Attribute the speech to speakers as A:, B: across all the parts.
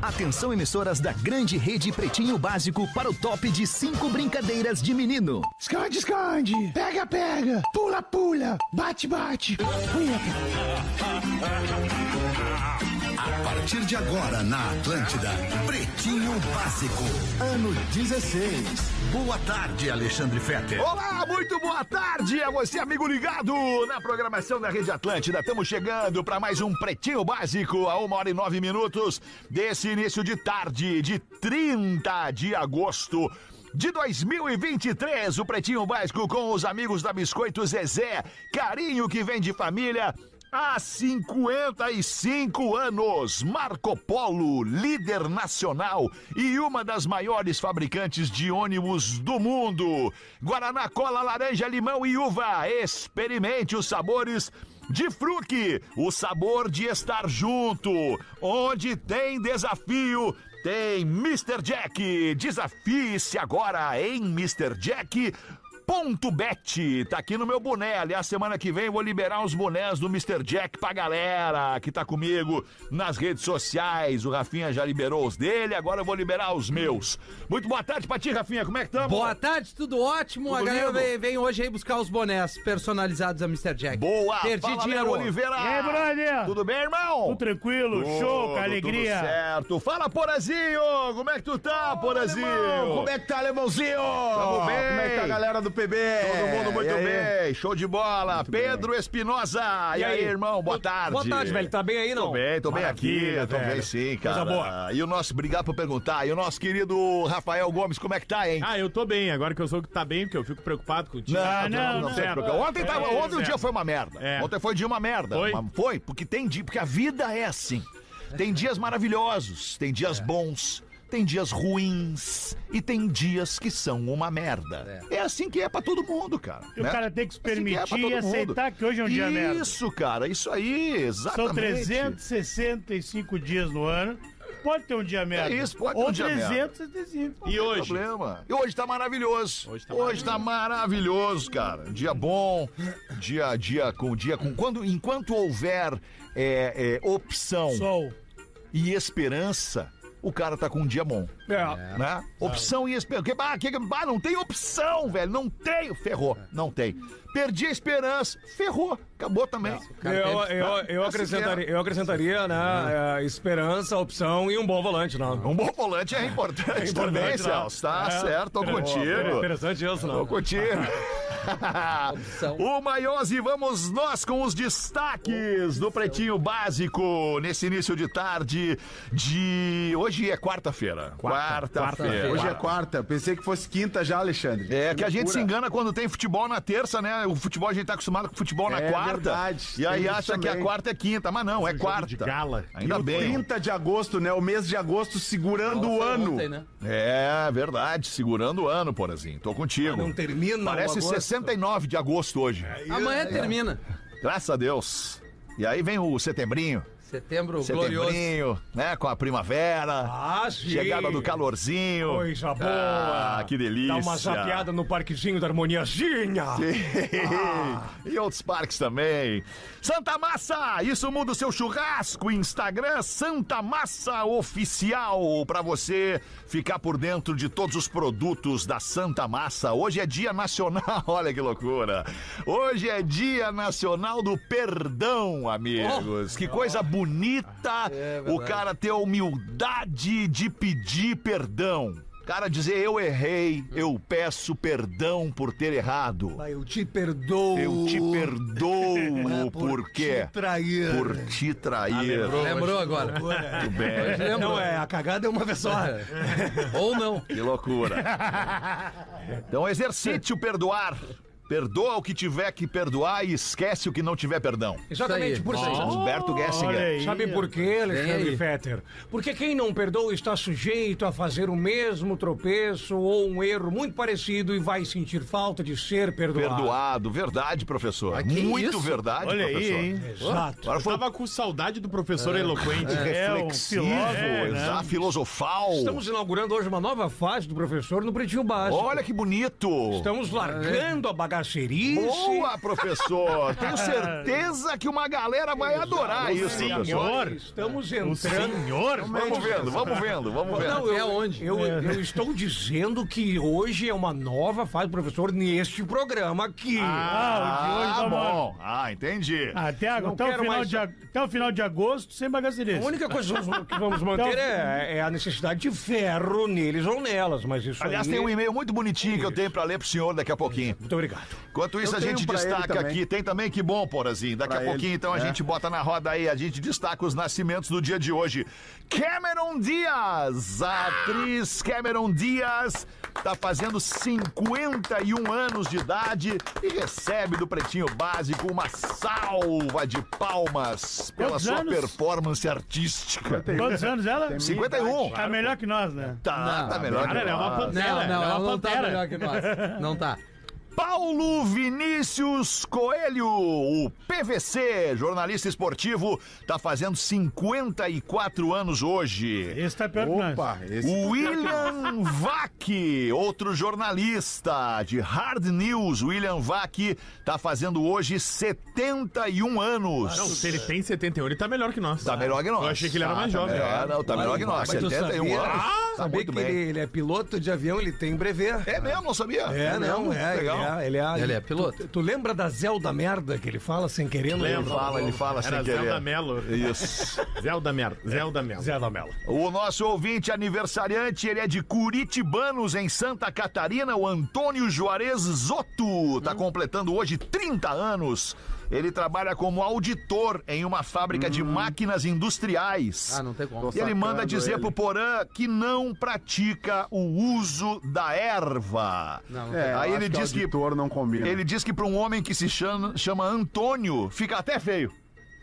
A: Atenção emissoras da grande rede Pretinho Básico para o top de cinco brincadeiras de menino.
B: Esconde, esconde. Pega, pega. Pula, pula. Bate, bate.
C: A partir de agora na Atlântida, Pretinho Básico, ano 16. Boa tarde, Alexandre Fetter.
D: Olá, muito boa tarde a você, amigo ligado na programação da Rede Atlântida. Estamos chegando para mais um Pretinho Básico a uma hora e nove minutos desse início de tarde de 30 de agosto de 2023. O Pretinho Básico com os amigos da Biscoito Zezé. Carinho que vem de família. Há 55 anos, Marco Polo, líder nacional e uma das maiores fabricantes de ônibus do mundo. Guaraná, cola, laranja, limão e uva. Experimente os sabores de Fruque, o sabor de estar junto. Onde tem desafio, tem Mr. Jack. Desafie-se agora em Mr. Jack. Ponto Bet, tá aqui no meu boné. Aliás, semana que vem eu vou liberar os bonés do Mr. Jack pra galera que tá comigo nas redes sociais. O Rafinha já liberou os dele, agora eu vou liberar os meus. Muito boa tarde pra ti, Rafinha. Como é que estamos?
E: Boa tarde, tudo ótimo.
D: Tudo
E: a galera
D: lindo.
E: vem, vem hoje aí buscar os bonés personalizados da Mr. Jack.
D: Boa!
E: Perdi
D: Fala,
E: dinheiro.
D: Léo Oliveira!
F: E aí, brother?
D: Tudo bem, irmão?
F: Tudo tranquilo, show,
D: Tudo,
F: com alegria.
D: Tudo certo. Fala, Porazinho! Como é que tu tá, Porazinho?
G: Como é que tá, alemãozinho? Tamo
D: bem.
G: Como é que tá a galera do PB?
D: Todo mundo muito
G: E aí?
D: bem, show de bola. Pedro Espinosa. E, aí, irmão, boa tarde.
E: Boa tarde, velho. Tá bem aí, não?
D: Tô bem, tô bem aqui,
F: Maravilha,
D: tô bem
F: velho.
D: sim, cara.
F: Coisa boa.
D: E o nosso, obrigado por perguntar. E o nosso querido Rafael Gomes, como é que tá, hein?
H: Ah, eu tô bem. Agora que eu sou que tá bem, porque eu fico preocupado contigo.
D: Não, não,
F: Ah,
D: não,
F: não,
D: não,
F: não.
D: sei porque- Ontem, tava,
F: É,
D: ontem o
F: é.
D: dia foi uma merda.
H: É.
D: Ontem foi dia uma merda.
H: Foi?
D: Mas foi, porque tem dia, porque a vida é assim. Tem dias maravilhosos, tem dias bons, tem dias ruins e tem dias que são uma merda. É, assim que é pra todo mundo, cara. né? É assim
F: E o cara tem que se permitir
D: pra todo
F: e aceitar que hoje é um dia merda.
D: Isso, cara, isso aí, exatamente.
F: São 365 dias no ano. Pode ter um dia merda.
D: isso, pode ter
F: Ou
D: um dia merda.
F: 365.
H: E
D: Não tem
H: hoje?
D: Problema. E hoje tá maravilhoso. Hoje
H: Hoje
D: tá,
H: tá
D: maravilhoso, cara. Dia bom, dia dia com dia com quando enquanto houver é, é, opção
F: Sol.
D: e esperança, o cara tá com um dia bom,
F: É.
D: né? Opção e esperança. Porque, bah, que, bah, não tem opção, velho. Não tem, ferrou. Não tem. Perdi a esperança, ferrou. Acabou também. Tá.
E: Cara,
I: Eu,
E: tem-
I: eu, eu, acrescentaria, eu acrescentaria, né, eh, esperança, opção e um bom volante, não.
D: Um bom volante é importante, também,
H: importante, né?
D: Celso. Tá
H: É.
D: certo, tô contigo.
I: Interessante
D: Tô
I: isso, não.
D: contigo.
E: Opção.
D: o Maiose, vamos nós com os destaques do Pretinho Básico nesse início de tarde de. Hoje é quarta-feira. Quarta-feira.
E: quarta-feira.
G: Hoje é quarta. Pensei que fosse quinta já, Alexandre.
D: É que a gente se
G: Loucura.
D: engana quando tem futebol na terça, né? O futebol a gente tá acostumado com futebol na
G: É
D: quarta.
G: verdade,
D: e aí
G: tem isso
D: acha que a
G: também.
D: quarta é quinta, mas não, é quarta.
H: de gala.
D: Ainda bem.
G: 30 de agosto, né? O mês de agosto segurando o
E: Foi
G: ano.
E: ontem, né?
D: É verdade, segurando o ano, Porazinho. Tô contigo.
I: Não termina
D: Parece
I: o agosto. É
D: 69 de agosto hoje.
H: é.
E: Amanhã termina.
D: Graças a Deus. E aí vem o setembrinho.
E: Setembro glorioso.
D: Setembrinho, né? Com a primavera.
I: Ah, sim.
D: Chegada do calorzinho.
I: Coisa boa.
D: Ah, que delícia.
I: Dá uma sapeada no parquezinho da harmoniazinha.
D: e outros parques também. Santa Massa, isso muda o seu churrasco. Instagram Santa Massa Oficial para você ficar por dentro de todos os produtos da Santa Massa. Hoje é Dia Nacional, olha que loucura. Hoje é Dia Nacional do Perdão, amigos. que coisa bonita o cara ter a humildade de pedir perdão. Cara, dizer eu errei, eu peço perdão por ter errado.
I: Vai, Eu te perdoo.
D: Eu te perdoo por quê?
I: trair.
D: Por te trair.
E: Lembrou agora?
D: Muito bem.
I: Não, é, a cagada é uma vez só.
E: Ou não.
D: Que loucura. Então exercite o perdoar. Perdoa o que tiver que perdoar e esquece o que não tiver perdão.
I: Exatamente,
E: aí.
I: por si.
D: Humberto
F: Olha
D: Gessinger.
F: aí.
I: Sabe por quê,
E: aí.
I: Alexandre Fetter? Porque quem não perdoa está sujeito a fazer o mesmo tropeço ou um erro muito parecido e vai sentir falta de ser perdoado.
D: Perdoado, verdade, professor.
E: que
D: Muito
E: isso?
D: verdade,
F: Olha aí,
D: professor.
F: hein?
I: Exato.
D: Agora foi
H: Tava com saudade do professor eloquente.
F: É, o
D: reflexivo,
F: filósofo, né?
D: exa- filosofal.
I: Estamos inaugurando hoje uma nova fase do professor no Pretinho Básico.
D: Olha que bonito.
I: Estamos largando a cariacerice.
D: Boa, professor! Tenho certeza que uma galera vai adorar isso,
I: Agora
D: professor.
I: Estamos
F: O
I: entrando.
F: senhor?
D: Vamos vendo, vamos vendo, vamos vendo.
I: Não, eu,
E: Até onde?
I: Eu, eu estou dizendo que hoje é uma nova fase, professor, neste programa aqui.
F: Ah, o de hoje
D: Ah,
F: tá bom.
D: bom. Ah, entendi.
F: Até, agora,
I: Não
F: até, o
I: quero
F: final
I: mais-
F: de, ag- até o final de agosto, sem
I: A
F: bagaceirice.
I: única coisa que vamos- que vamos manter é, é a necessidade de ferro neles ou nelas, mas isso
D: Aliás,
I: aí... é
D: tem um e-mail muito bonitinho que eu tenho pra ler pro senhor daqui a pouquinho.
I: Muito obrigado.
D: Enquanto isso,
G: Eu
D: a gente
G: tenho pra ele
D: destaca
G: também.
D: aqui. Tem também que bom, Porazinho. Daqui
G: Pra
D: a
G: ele,
D: pouquinho, então, a
G: né?
D: gente bota na roda aí. A gente destaca os nascimentos do dia de hoje. Cameron Diaz, a atriz Cameron Diaz, tá fazendo 51 anos de idade e recebe do Pretinho Básico uma salva de palmas pela
F: Quantos
D: sua
F: anos?
D: performance artística.
F: Quantos anos ela?
G: Tem-
D: 51.
F: Tá melhor que nós, né?
D: Tá, tá melhor.
H: Cara,
D: que
H: ela é uma
D: nós.
H: pantera.
E: Não, não,
H: ela é
E: ela
H: uma
E: não tá
H: pantera.
E: melhor que nós. Não tá.
D: Paulo Vinícius Coelho, o PVC, jornalista esportivo, tá fazendo 54 anos hoje.
F: Esse tá pior que nós.
G: Opa,
D: Ah,
G: esse...
D: William Vac, outro jornalista de Hard News, William Vac, tá fazendo hoje 71 anos.
H: Não, se ele tem 71, ele tá melhor que nós.
D: Tá melhor que nós.
H: Eu achei que ele era
D: Ah,
H: mais
D: tá
H: jovem.
D: melhor, não, tá melhor que nós.
I: Mas tu
D: 71
I: sabia- Ah,
D: anos. Tá
I: Sabia
D: muito
I: que
D: bem.
I: ele, ele é piloto de avião, ele tem brevê.
D: É mesmo, não sabia?
I: É, não,
D: mesmo?
I: é, ele
D: Legal.
I: é, ele é.
E: Ele é
I: tu-
E: piloto.
I: Tu, lembra da Zelda merda que ele fala sem querer? né? não
D: Ele
H: Lembro.
D: fala, ele fala
H: Era
D: sem querer.
H: Zelda Mello.
D: Isso.
H: Zelda Mello. Zelda Mello.
I: Zelda Mello.
D: O nosso ouvinte aniversariante, ele é de Curitibanos, em Santa Catarina, o Antônio Juarez Zotto. Tá completando hoje 30 anos. Ele trabalha como auditor em uma fábrica de máquinas industriais.
E: Ah, não tem como.
D: E ele manda dizer pro Porã que não pratica o uso da erva.
E: Não, não
G: É,
D: Aí
G: eu
D: ele
G: acho
D: diz
G: que
D: que-
G: o auditor não combina.
D: Ele diz que pra um homem que se chama, chama Antônio, fica até feio.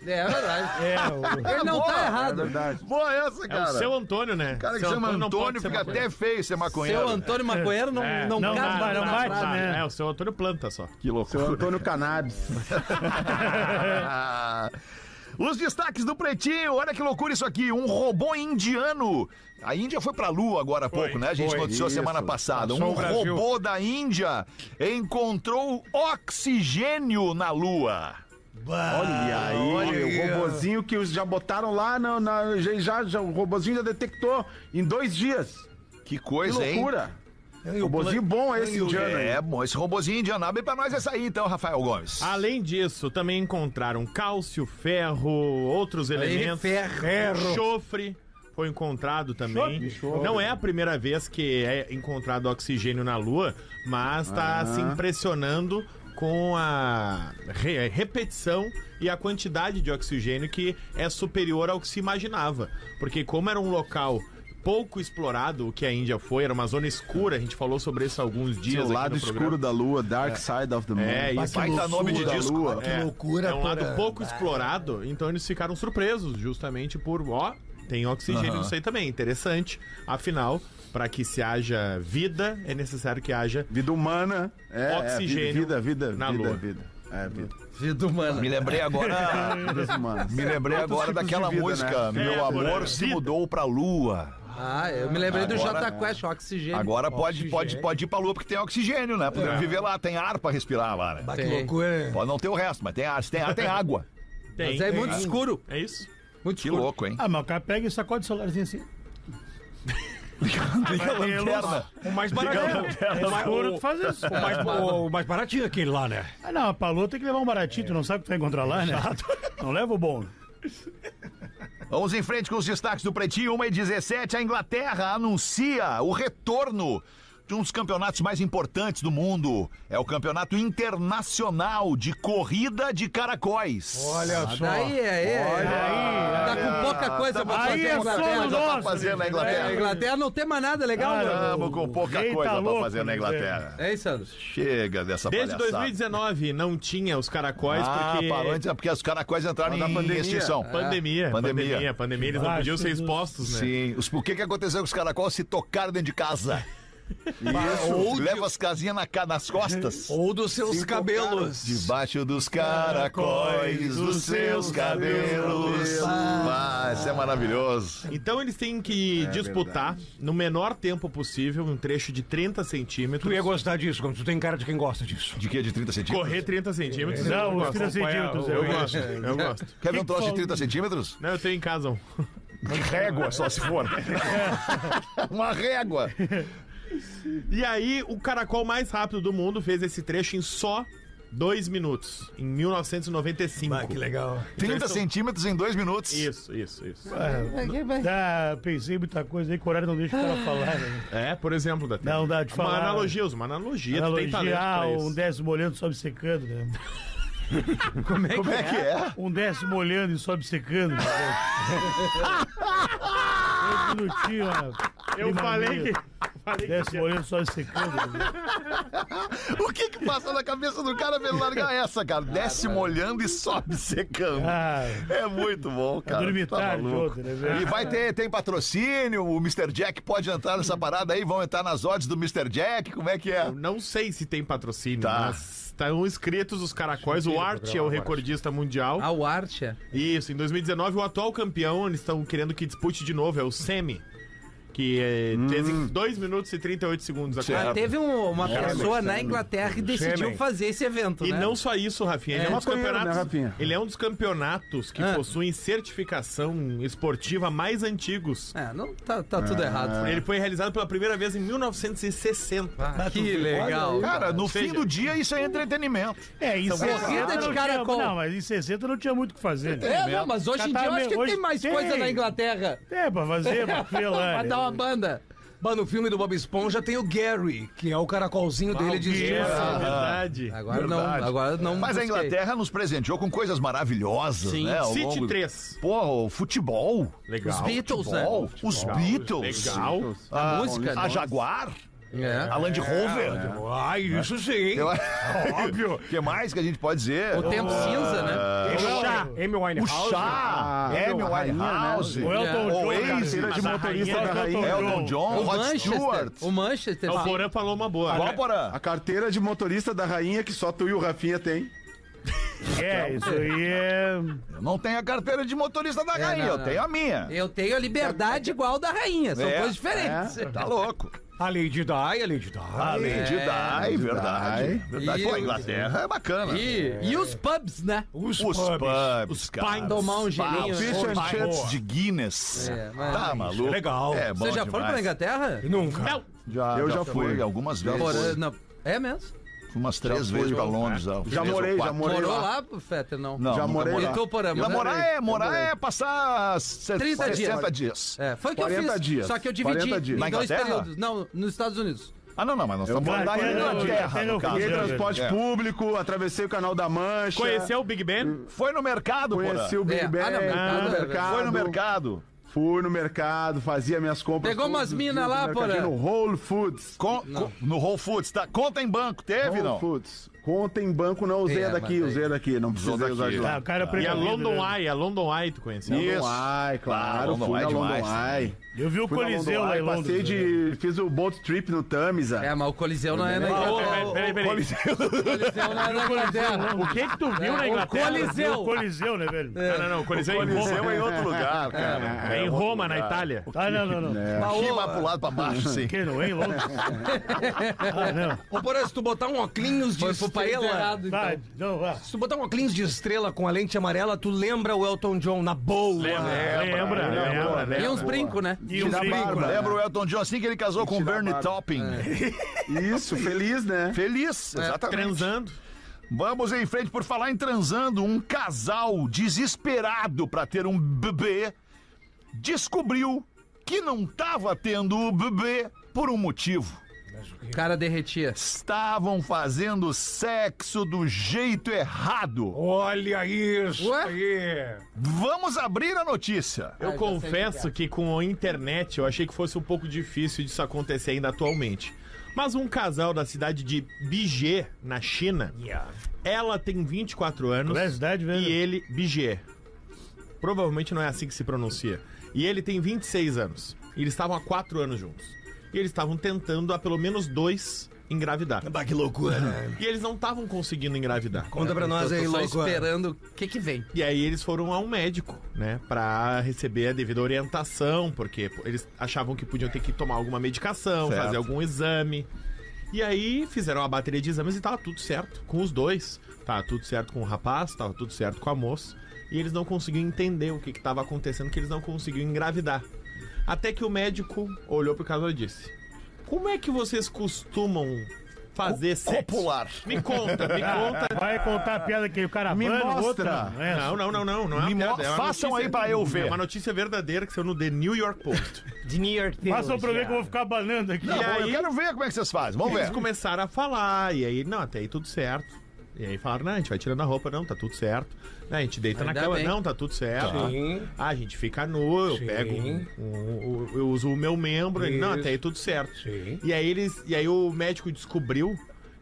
E: É, é verdade.
F: É, o-
E: Ele não tá errado.
G: Verdade.
D: Boa essa,
H: É o
D: cara.
H: seu Antônio, né?
D: O cara que
H: Seu
D: chama
H: não pode
D: Antônio
H: ser
D: fica
H: maconheiro.
D: até feio ser maconheiro.
E: Seu Antônio Maconheiro não, não,
F: não
E: cabe
F: vai, não
E: na
F: vai,
E: frase.
F: né?
H: É, o seu Antônio planta só.
D: Que loucura.
G: Seu Antônio Cannabis.
D: Ah. Os destaques do Pretinho, olha que loucura isso aqui, um robô indiano. A Índia foi pra lua agora há pouco, né? A gente noticiou
G: Isso.
D: semana passada.
I: Passou
D: Um
I: o Brasil.
D: robô da Índia encontrou oxigênio na lua.
G: Olha aí,
I: aí.
G: o robozinho que os já botaram lá, na, na- já, já- o robozinho já detectou em dois dias.
D: Que
G: Que
D: coisa, hein?
G: loucura.
I: E o
G: Robozinho bom esse né? indiano aí.
D: É, bom, esse robozinho indiano. Abre pra nós essa aí então, Rafael Gomes.
H: Além disso, também encontraram cálcio, ferro, outros elementos.
I: ferro.
H: Enxofre foi encontrado também. Não é a primeira vez que é encontrado oxigênio na Lua,
G: Ah.
H: mas está se impressionando com a re- repetição e a quantidade de oxigênio que é superior ao que se imaginava. Porque como era um local pouco explorado, o que a Índia foi, era uma zona escura, a gente falou sobre isso há alguns dias
G: Tinha o
H: aqui
G: lado
H: no
G: escuro
H: programa.
G: da lua, Dark Side of the Moon.
H: É, isso
D: Baita nome de
G: da
D: disco.
G: lua.
I: Que loucura,
H: É um lado
I: Porã.
H: pouco explorado, então eles ficaram surpresos, justamente por, ó, tem oxigênio nisso aí também, interessante. Afinal, para que se haja vida, é necessário que haja.
G: Vida humana. É,
H: Oxigênio
G: É, vida, vida, vida,
H: na
G: vida,
H: lua.
G: vida. É, vida.
E: Vida humana.
D: Me lembrei agora.
G: Vidas humanas.
D: Me lembrei
G: Outros tipos
D: agora
G: de
D: daquela
G: vida,
D: música.
G: né?
D: Meu
H: É,
D: amor
H: Porã.
D: se mudou pra lua.
E: Ah, eu me lembrei do
D: Agora-
E: Jota Quest, oxigênio.
D: Agora pode, pode, pode ir pra lua porque tem oxigênio, né? Podemos viver lá, tem ar pra respirar lá, né?
I: Bah, que
E: Tem.
I: loucura.
D: Pode não ter o resto, mas tem ar. Se tem ar, tem água.
H: Tem.
E: Mas é muito escuro.
H: É isso?
E: Muito
D: Que
E: escuro.
D: louco, hein?
F: Ah, mas o cara pega e sacode o celularzinho assim.
D: Liga a lanterna.
I: O mais baratinho.
F: É escuro, tu faz isso.
I: O mais, o- o mais baratinho é aquele lá, né?
F: Ah, não, pra lua tem que levar um baratinho, tu não sabe o que tu vai encontrar lá, né? Não leva o bom.
D: Vamos em frente com os destaques do Pretinho. 1 e 17, a Inglaterra anuncia o retorno de um dos campeonatos mais importantes do mundo. É o Campeonato Internacional de Corrida de Caracóis.
I: Olha
F: Ah,
I: só.
E: Daí é, é.
F: Olha
E: Tá com pouca coisa pra
F: Aí
E: fazer
F: é
E: na
F: só
E: Inglaterra.
F: no
D: Tá
F: nosso.
D: fazendo na
E: É, a
D: Inglaterra.
E: Inglaterra não tem mais nada legal,
F: Cara,
E: mano.
D: Estamos com pouca
F: Rei tá
D: coisa pra
F: louco,
D: fazer na
F: né?
D: Inglaterra.
E: É isso, Sandros.
D: Chega dessa
H: Desde
D: palhaçada.
H: 2019 não tinha os caracóis,
D: Ah,
H: porque.
D: parou antes, é porque os caracóis entraram
G: Quando a
D: em
G: pandemia.
D: extinção.
H: Pandemia,
D: É.
H: pandemia,
D: Pandemia.
H: pandemia, Eles não
F: Ah,
H: podiam ser
F: Jesus.
H: expostos, né?
D: Sim. Os, o que, que aconteceu com os caracóis se tocaram dentro de casa? Ou leva as casinhas na, ca- nas costas.
E: Ou dos seus cabelos.
D: Debaixo dos caracóis, dos seus cabelos. Ah, isso é maravilhoso.
H: Então eles têm que disputar no menor tempo possível um trecho de 30
I: Tu
H: centímetros.
I: ia gostar disso, como tu tem cara de quem gosta disso.
D: De que? De 30 centímetros?
H: Correr 30 centímetros.
F: Não,
H: eu
F: os
H: gosto.
F: 30 centímetros. é
H: Eu
F: Eu
H: gosto, eu gosto.
D: Quer ver um troço de 30 centímetros?
H: Não, eu tenho em casa um.
D: Régua, só se for. Uma régua.
H: E aí, o caracol mais rápido do mundo fez esse trecho em só dois minutos, em 1995.
I: Ah, que legal.
D: 30 centímetros em dois minutos.
H: Isso, isso, isso.
F: Tá, pensei muita coisa aí, que o horário não deixa o cara falar. Né?
H: É, por exemplo, da
F: Não dá de
H: Uma
F: falar.
H: analogia, usa uma analogia, tu tem
F: Analogia,
H: talento
F: ah,
H: pra
F: um
H: isso.
F: décimo olhando e sobe secando, né?
D: Como é que é?
F: Um décimo olhando e sobe secando. né? Dois minutinhos, ó.
H: Eu
F: Lima
H: falei
F: Miller.
H: que... falei que-
F: Décimo olhando e sobe secando. né?
D: O que que passa na cabeça do cara pra ele largar É essa, cara? Desce molhando e sobe secando.
F: Ah,
D: É muito bom, cara.
F: dormir
D: Tá
F: tarde
D: maluco.
F: outra, né, velho?
D: E vai ter, tem patrocínio, o Mr. Jack pode entrar nessa parada aí, vão entrar nas odds do Mr. Jack, como é que é?
H: Eu não sei se tem patrocínio,
D: Tá.
H: mas estão inscritos os caracóis. O Arte é o recordista mundial.
F: Ah.
E: A Artia.
H: Isso, em 2019, o atual campeão, eles estão querendo que dispute de novo, é o Semi. Que é,
F: Hum.
H: fez em 2 minutos e 38 segundos a
D: Certo.
H: corrida.
E: Teve um- uma pessoa na Inglaterra que decidiu
G: Sêmen.
E: fazer esse evento,
H: E
E: né?
H: não só isso, Rafinha. Ele é, um dos
G: maconheiro,
H: campeonatos.
G: né, Rafinha?
H: ele é um dos campeonatos que
E: Ah.
H: possuem certificação esportiva mais antigos.
E: É, não, tá, tá tudo errado.
H: Ele foi realizado pela primeira vez em 1960.
E: Ah, que legal.
D: Cara, no
H: Seja-
D: fim do dia isso é entretenimento.
F: é, em 60
E: de
F: não tinha,
E: caracol.
F: não, mas em 60 não tinha muito o que fazer. né?
E: É, não, mas hoje em
F: Catar
E: dia eu acho que
F: hoje
E: tem mais
F: tem.
E: coisa na Inglaterra
F: É, pra fazer, pra ver lá.
E: pra
F: né?
E: dar uma banda. Mas no filme do Bob Esponja tem o Gary, que é o caracolzinho dele de
I: Ah.
H: é
E: estimação.
H: verdade.
E: Agora
D: Verdade.
E: não, agora não.
D: Mas a
E: busquei.
D: Inglaterra nos presenteou com coisas maravilhosas,
H: Sim,
D: né? ao
H: City
D: longo-
H: 3.
D: Porra, o futebol.
E: Os
H: É, Legal.
E: Beatles, né?
D: Futebol, os Beatles.
H: Legal.
E: A
D: Ah,
E: música,
D: A
E: né?
D: Jaguar,
E: É.
D: a Land Rover.
I: Ai, isso sim.
D: Eu- Óbvio. O que mais que a gente pode dizer?
E: O tempo cinza, né?
D: É.
I: O chá. Amy
D: O
I: Winehouse.
D: chá, Amy Winehouse,
E: É.
F: É O Elton John,
D: Oasis,
F: cara,
D: de É
F: mas a
G: motorista
F: rainha
G: da
F: do Elton
G: rainha.
D: Elton John,
E: O
D: Rod
E: Manchester.
D: Stewart. É
E: O Manchester.
H: O
E: sim.
H: Porã falou uma boa.
D: Qual, Porã?
G: A carteira de motorista da rainha que só tu e o Rafinha tem.
F: É, isso aí é.
D: Então. Eu não tenho a carteira de motorista da rainha,
E: É, não,
D: eu
E: não.
D: tenho a minha.
E: Eu tenho a liberdade igual da rainha. São
D: É,
E: coisas diferentes.
D: Tá louco.
I: A Lady Di, a Lady Di.
D: Além de Dai, verdade. verdade. Pô, a
E: E-
D: Inglaterra é bacana.
E: E, e os pubs, né?
D: Os pubs, os
E: Vai tomar um gelinho. né?
D: Fish and
I: Vai.
D: Chips de Guinness.
E: É, mas-
D: tá maluco.
I: é legal.
D: É, bom
E: Você já foi
D: demais.
E: pra Inglaterra?
I: Nunca.
D: Já,
G: Eu
D: já,
G: já
D: fui.
G: fui.
D: algumas vezes.
E: Porã, não. É mesmo?
D: Fui umas três vezes pra Londres. Já,
G: Já morei, já morei.
E: Morou
G: lá.
E: lá, Fetter, não?
D: Não, Então,
G: Já
D: nunca
G: morei
E: E
G: lá.
E: tu, Porã,
D: Já
E: morou?
D: morar é, morar é passar 30
E: 30 dias.
D: 60 dias.
E: É, foi o que eu
G: 40
E: fiz.
G: dias.
E: Só que eu dividi
G: 40
E: em
G: dias.
D: Na
E: dois
D: Inglaterra?
E: períodos. Não, nos Estados Unidos.
D: Ah, não, não, mas nós estamos
G: vou
D: lá
G: até
D: em
G: não,
D: Inglaterra,
F: até
D: no
F: não
D: caso.
G: Peguei
F: Fazer,
G: transporte
D: é.
G: público, atravessei o canal da Mancha.
H: Conheceu o Big Ben?
D: Foi no mercado, Porã.
G: Conheci o Big
E: É,
G: Ben,
E: ah, não,
G: fui
E: mercado,
G: no
E: é,
G: mercado.
D: Foi no mercado.
G: Fui no mercado, fazia minhas compras.
E: Pegou
G: todos
E: umas
G: os
E: mina
G: dias no
E: lá, Porã?
G: mercadinho, No Whole Foods.
D: Com- com- no Whole Foods, tá? Conta em banco, teve,
G: Whole
D: não?
G: Foods. Conta em banco, não usei
E: É,
G: a daqui,
E: mas aí-
G: usei a daqui. Não precisei
D: daqui. Tá,
G: usar de
F: Tá,
G: lá.
F: o cara
H: E a
F: precavido,
H: London
F: né?
H: Eye, a London Eye tu conheceu?
D: Isso.
G: Ai, claro,
D: Ah, London
G: fui
D: Eye
G: na London
D: demais
G: Eye.
F: Eu vi o
G: Fui na
F: Coliseu
G: London
F: lá em
G: Eye, Passei
F: Londres. né?
G: de... Fiz o boat trip no
D: Ah.
G: Tamisa.
E: É, mas o Coliseu não é na
H: Ah, ô,
E: Inglaterra.
H: peraí, peraí, peraí.
E: O Coliseu não é na Inglaterra.
F: O que que tu viu
G: É,
F: na Inglaterra?
E: Coliseu.
F: O Coliseu, né, velho?
H: Não, não, não. Coliseu é em
D: Museu
H: Roma.
D: em outro lugar, cara.
H: É, em
D: outro
H: Roma, na
D: lugar.
H: Itália.
F: Ah, não, não,
G: É.
F: não.
E: Mas,
D: Aqui vai
E: ô,
D: pro lado pra baixo, sim.
F: Que não, hein, Londres? Ah, não.
I: Ô, Porã, se tu botar um óculos de
E: Foi pro país
I: estrela...
E: errado,
F: Vai,
E: então.
F: não, tá, vá.
I: Se tu botar um óculos de estrela com a lente amarela, tu lembra o Elton John na boa.
H: É, Lembra, lembra,
E: E
H: lembra.
E: uns brincos, né?
F: E um brinco.
G: barba.
D: Lembra o Elton John assim que ele casou com o
G: tirar a
D: Bernie
G: barba.
D: Topping?
G: Isso, feliz, né?
D: Feliz, exatamente.
H: Transando.
D: Vamos em frente por falar em transando. Um casal desesperado pra ter um bebê descobriu que não tava tendo o bebê por um motivo.
E: O cara derretia.
D: Estavam fazendo sexo do jeito errado.
I: Olha isso
E: Ué?
I: aí.
D: Vamos abrir a notícia.
H: Eu
E: Ah, já sei
H: confesso que com a internet eu achei que fosse um pouco difícil disso acontecer ainda atualmente. Mas um casal da cidade de Bijê, na China, ela tem 24 anos
F: Qual é a cidade, velho?
H: e ele, Bijê. Provavelmente não é assim que se pronuncia. E ele tem 26 anos. E eles estavam há 4 anos juntos. e eles estavam tentando há pelo menos dois engravidar.
D: Bah, que loucura.
H: E eles não estavam conseguindo engravidar.
E: Conta pra nós aí,
J: tô só
E: louco.
J: esperando o que que vem.
H: E aí eles foram a um médico, né, Pra receber a devida orientação, porque pô, eles achavam que podiam ter que tomar alguma medicação,
D: Certo.
H: fazer algum exame. E aí fizeram a bateria de exames e tava tudo certo com os dois. Tava tudo certo com o rapaz, tava tudo certo com a moça. E eles não conseguiam entender o que que tava acontecendo, que eles não conseguiam engravidar. Até que o médico olhou pro casal e disse: "Como é que vocês costumam fazer sexo?"
D: Popular.
H: Me conta, me conta.
F: Vai contar a piada que o cara
G: Me
F: abana,
G: mostra.
F: outra. não é?
H: Não, não, não, não, não é uma
D: Me mo-
H: piada, é uma
D: façam aí pra eu ver.
H: É uma notícia verdadeira que saiu no The New York Post.
J: De New York Times.
F: Passa pra ver que eu vou ficar banando aqui.
D: Tá
H: E
D: bom,
H: aí-
D: eu quero ver como é que vocês fazem. Vamos
H: Eles
D: ver.
H: começaram a falar, e aí, não, até aí tudo certo. E aí falaram, não, a gente vai tirando a roupa, não, tá tudo certo. Né, a gente deita
J: Ainda
H: na cama,
J: bem.
H: não, tá tudo certo.
E: Sim.
H: Ah, a gente fica nu, eu
E: Sim.
H: pego, um- um- um- eu uso o meu membro, ele, não,
E: Isso.
H: até aí tudo certo.
E: Sim.
H: E aí eles, e aí o médico descobriu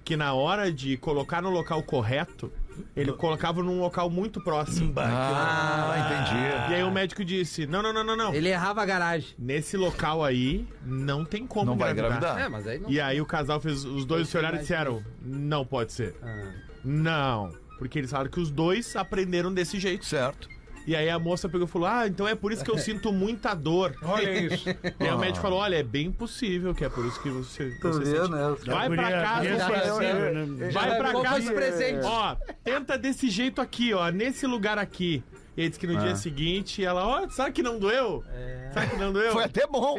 H: que na hora de colocar no local correto, ele colocava num local muito próximo.
D: Ah,
H: E aí o médico disse, não, não, não, não, não.
J: É. Ele errava a garagem.
H: Nesse local aí, não tem como
D: Não vai
A: Ah.
D: engravidar.
J: É, mas aí não.
H: E aí o casal fez. Os dois se olharam e disseram: Não pode ser. Não. Porque eles falaram que os dois aprenderam desse jeito.
D: Certo.
H: E aí a moça pegou e falou: Ah, então é por isso que eu sinto muita dor.
E: Olha isso.
H: E aí o médico falou: Olha, é bem possível que é por isso que você. você sente.
E: né?
H: Vai pra
F: Guria,
H: casa.
F: guria
H: vai-
F: sensível, né?
H: Vai pra
J: Compra
H: casa.
J: os presentes.
H: Ó, tenta desse jeito aqui, ó. Nesse lugar aqui. E aí disse que no
D: Ah.
H: dia seguinte ela, ó, sabe que não doeu? Sabe que não doeu?
D: Foi até bom.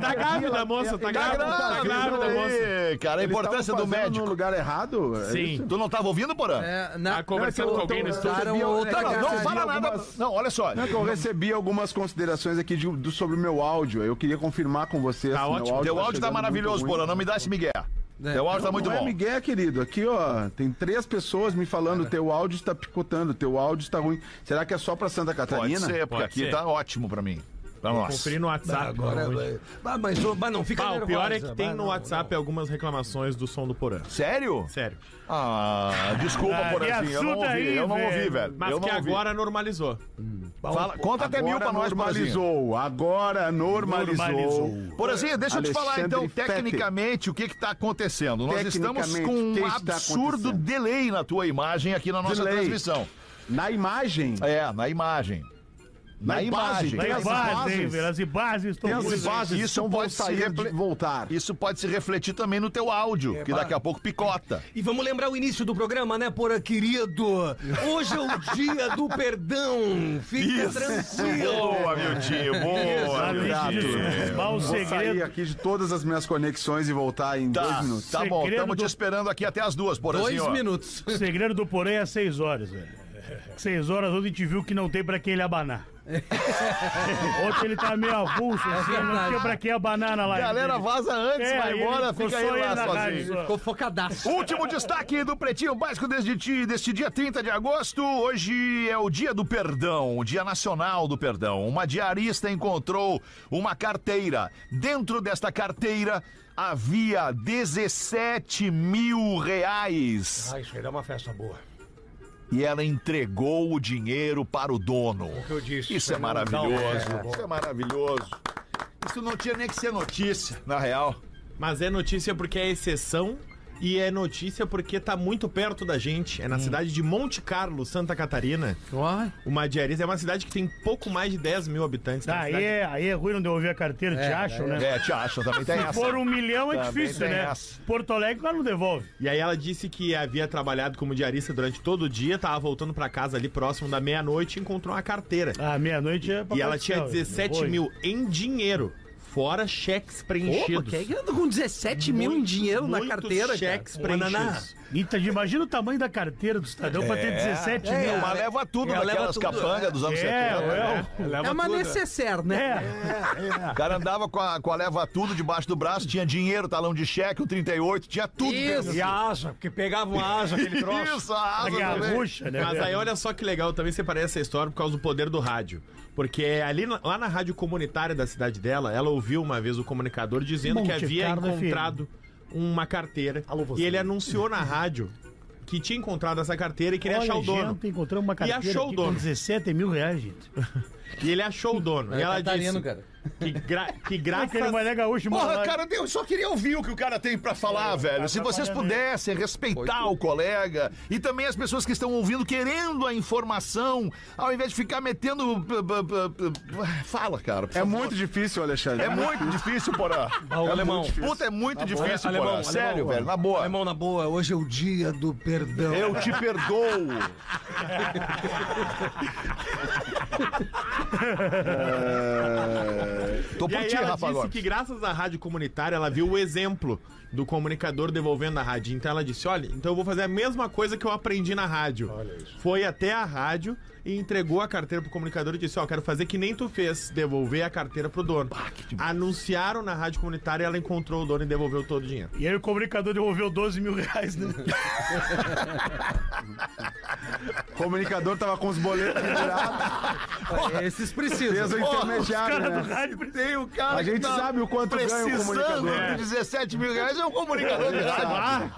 H: Tá grávida, moça, tá
D: Tá
H: grávida, tá grávida, moça.
D: grávida, cara. A
G: Eles
D: importância
G: estavam
D: do
G: fazendo
D: médico.
G: no lugar errado? é
H: Sim.
G: isso?
D: Tu não tava ouvindo, Porã?
J: É, na...
H: Tá conversando
G: Não,
H: com
G: eu tô-
H: alguém no
G: eu tô-
H: estúdio?
J: Usaram
G: sabia-
J: outra
D: é, Não, não,
J: garagem.
D: fala nada. Não, olha só.
G: Não, é que eu recebi algumas considerações aqui de- do- sobre o meu áudio. Eu queria confirmar com vocês.
H: Tá
G: Meu
H: ótimo.
D: Teu
G: tá
D: áudio tá
G: chegando
D: maravilhoso,
G: muito ruim.
D: Porã. Não me dá esse migué. Teu áudio tá muito
G: não é
D: bom.
G: Miguel, querido. Aqui, ó, tem três pessoas me falando, teu áudio está picotando, teu áudio está ruim. Será que é só pra Santa
D: Pode
G: Catarina?
D: ser, porque
H: Pode
D: aqui
H: ser.
D: tá ótimo pra mim. Pra
H: Vou
D: nós.
H: Conferir no Whatsap.
E: Agora, bah, mas, ô, bah, não fica
H: Ah, o
E: nervosa.
H: pior é que tem
E: Bah,
H: no
E: não,
H: WhatsApp algumas reclamações do som do Porã.
D: Sério?
H: Sério.
D: Ah, desculpa,
F: Ah,
D: Porãzinho. Eu não
F: me
D: ouvi,
F: ajuda aí,
D: eu não ouvi,
F: velho.
D: velho.
H: Mas
D: eu
H: que
D: não ouvi.
H: agora normalizou.
E: Bah,
D: Fala-
G: Então tá
D: conta até mil pra
G: Agora
D: nós, Porãzinho.
G: normalizou. Agora normalizou.
F: Normalizou.
D: Porazinho, deixa eu te falar então,
G: Alexandre Fete.
D: tecnicamente, o que está acontecendo. Nós estamos com
G: Tecnicamente, o que
D: um
G: está
D: absurdo
G: acontecendo?
D: delay na tua imagem aqui na nossa
G: Delay.
D: transmissão.
G: Na imagem,
D: É, na imagem. Na,
G: Na
D: imagem.
G: imagem,
F: Tem as
G: as
F: bases, hein,
G: bases.
F: velho? As bases estão
G: tem as
D: Isso
G: bases
D: pode
G: isso vão
D: se
G: sair
D: repre-
G: e voltar.
D: Isso pode se refletir também no teu áudio, que daqui a pouco picota.
E: E vamos lembrar o início do programa, né, Porã querido? Hoje é o dia do perdão. Fica tranquilo.
D: Boa, meu tio, boa. meu tio.
F: o
G: É, Vou sair
F: segredo.
G: aqui de todas as minhas conexões e voltar em dois
D: Tá,
G: minutos.
D: tá bom,
F: Segredo
D: estamos te
F: do-
D: esperando aqui até as duas,
J: Dois
D: Porazinho.
J: minutos.
F: O segredo do porém é às 6 horas, velho. 6 horas ontem a gente viu que não tem pra quem ele abanar. ontem ele tá meio avulso, assim, não
J: verdade.
F: tinha pra quem abanar na live.
D: É Galera,
F: dele.
D: vaza antes,
F: É,
D: vai
F: ele
D: embora,
F: ficou
D: fica
F: só
D: aí
F: ele na
D: lá
F: rádio,
D: sozinho.
F: só.
J: Ficou focadaço.
D: Último destaque do Pretinho Básico desde ti- deste dia 30 de agosto. Hoje é o dia do perdão, o dia nacional do perdão. Uma diarista encontrou uma carteira. Dentro desta carteira havia 17 mil reais.
E: Ah, isso aí dá uma festa boa.
D: E ela entregou o dinheiro para o dono.
E: que eu disse,
D: Isso
E: foi
D: é
E: um
D: maravilhoso.
E: caldo.
D: Isso é maravilhoso. Isso não tinha nem que ser notícia, na real.
H: Mas é notícia porque é exceção e é notícia porque tá muito perto da gente. É na cidade de Monte Carlo, Santa Catarina.
J: Ó,
H: Uma diarista é uma cidade que tem pouco mais de 10 mil habitantes. Tá,
F: Aí é, aí é ruim não devolver a carteira, te acham, né?
D: É, te acho, também tem
F: Se
D: essa.
F: for um milhão é
D: Também
F: difícil,
D: tem
F: né?
D: essa.
F: Porto Alegre, claro, não devolve.
H: E aí ela disse que havia trabalhado como diarista durante todo o dia, tava voltando pra casa ali próximo da meia-noite e encontrou uma carteira.
F: Ah, meia-noite é
H: E ela tinha 17 mil em dinheiro, fora cheques
J: Opa,
H: preenchidos.
J: quem é que anda com 17 mil em dinheiro na
H: Muitos
J: carteira, cara?
H: cheques preenchidos.
F: Então, imagina o tamanho da carteira do Estadão pra ter 17
D: É,
F: mil.
D: mas leva tudo
J: Ela
D: daquelas
J: leva tudo,
D: capangas dos anos 70.
F: é,
J: É uma necessaire, né?
F: é.
D: O cara andava com a, com a leva tudo debaixo do braço, tinha dinheiro, talão de cheque, o 38, tinha tudo.
J: Isso.
E: E a asa, porque pegava uma asa, aquele troço.
D: Isso, a asa
F: é.
D: também.
F: Garrucha, né?
H: Mas aí olha só que legal, também separei essa história por causa do poder do rádio. Porque é ali na- lá na rádio comunitária da cidade dela, ela ouviu uma vez o comunicador dizendo
F: Monte
H: que havia
F: Carlo
H: encontrado uma carteira.
F: Alô, você.
H: e ele anunciou na rádio que tinha encontrado essa carteira e queria
F: Olha,
H: achar o dono.
F: gente, encontramos uma carteira
H: achou o
F: aqui
H: dono.
D: Tá
F: com 17 mil reais, gente.
H: E ele achou o dono.
K: Era
H: e ela
J: tá
K: Catarino,
H: disse
K: cara.
H: que, gra que graças...
D: Porra, cara, eu só queria ouvir o que o cara tem pra falar, velho. Se vocês pudessem respeitar o colega e também as pessoas que estão ouvindo, querendo a informação, ao invés de ficar metendo. p- p- p- p- Fala, cara. por
G: É
D: favor.
G: muito difícil, Alexandre.
D: É muito difícil, Porã.
G: o
D: É
G: alemão.
D: muito difícil. Puta, é muito difícil,
E: alemão,
D: Porã.
E: alemão,
D: Sério,
E: alemão.
D: velho, na boa.
E: Alemão, na boa, hoje é o dia do perdão.
D: Eu te perdoo.
H: e aí ela disse que graças à rádio comunitária ela viu o exemplo do comunicador devolvendo a rádio. Então ela disse, olha, então eu vou fazer a mesma coisa que eu aprendi na rádio. Foi até a rádio e entregou a carteira pro comunicador e disse, ó, quero fazer que nem tu fez, devolver a carteira pro dono. Anunciaram na rádio comunitária, ela encontrou o dono e devolveu todo o dinheiro.
F: E aí o comunicador devolveu 12 mil reais, né?
G: O comunicador tava com os boletos pendurados.
J: Esses
G: Fez o intermediário, né?
D: É. Tem o cara tá
G: A gente sabe o quanto ganha um
D: precisando
G: comunicador.
D: de 17 mil reais é um comunicador de rádio.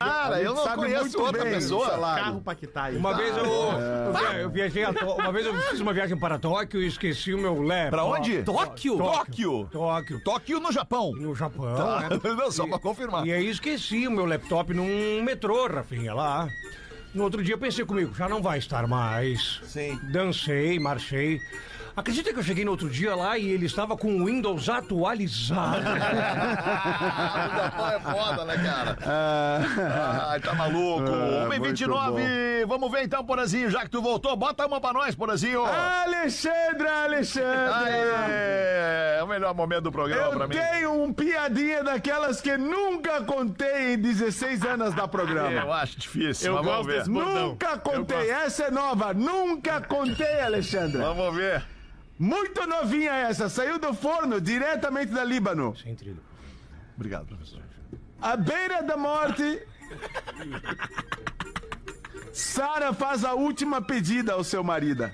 D: Cara, eu não conheço outra pessoa.
H: Carro paquitai.
I: Uma vez eu, eu
H: Ah.
I: via- eu viajei a To- uma vez eu fiz uma viagem para Tóquio e esqueci o meu laptop.
D: Pra onde?
I: Tóquio.
D: Tóquio.
I: Tóquio.
D: Tóquio no Japão.
I: No Japão.
D: Tá.
I: né?
D: Não, só pra confirmar.
I: E aí esqueci o meu laptop num metrô, Rafinha, lá. No outro dia eu pensei comigo, já não vai estar mais. Sim. Dancei, marchei. Acredita que eu cheguei no outro dia lá e ele estava com o Windows atualizado.
D: Ah, é foda, né, cara? Ai, tá maluco.
G: É,
D: 1h29. Vamos ver então, Porazinho, já que tu voltou, bota uma pra nós, Porazinho.
G: Alexandre, Alexandre!
D: Aê, é o melhor momento do programa pra
G: Eu
D: mim.
G: tenho um piadinha daquelas que nunca contei em 16 anos da programa.
D: Eu acho difícil, mas vamos ver.
G: Nunca contei. Essa é nova. Nunca contei, Alexandre.
D: Vamos ver.
G: Muito novinha essa. Saiu do forno diretamente da Líbano.
I: Sem trilho.
D: Obrigado, professor.
G: À beira da morte. Sara faz a última pedida ao seu marido.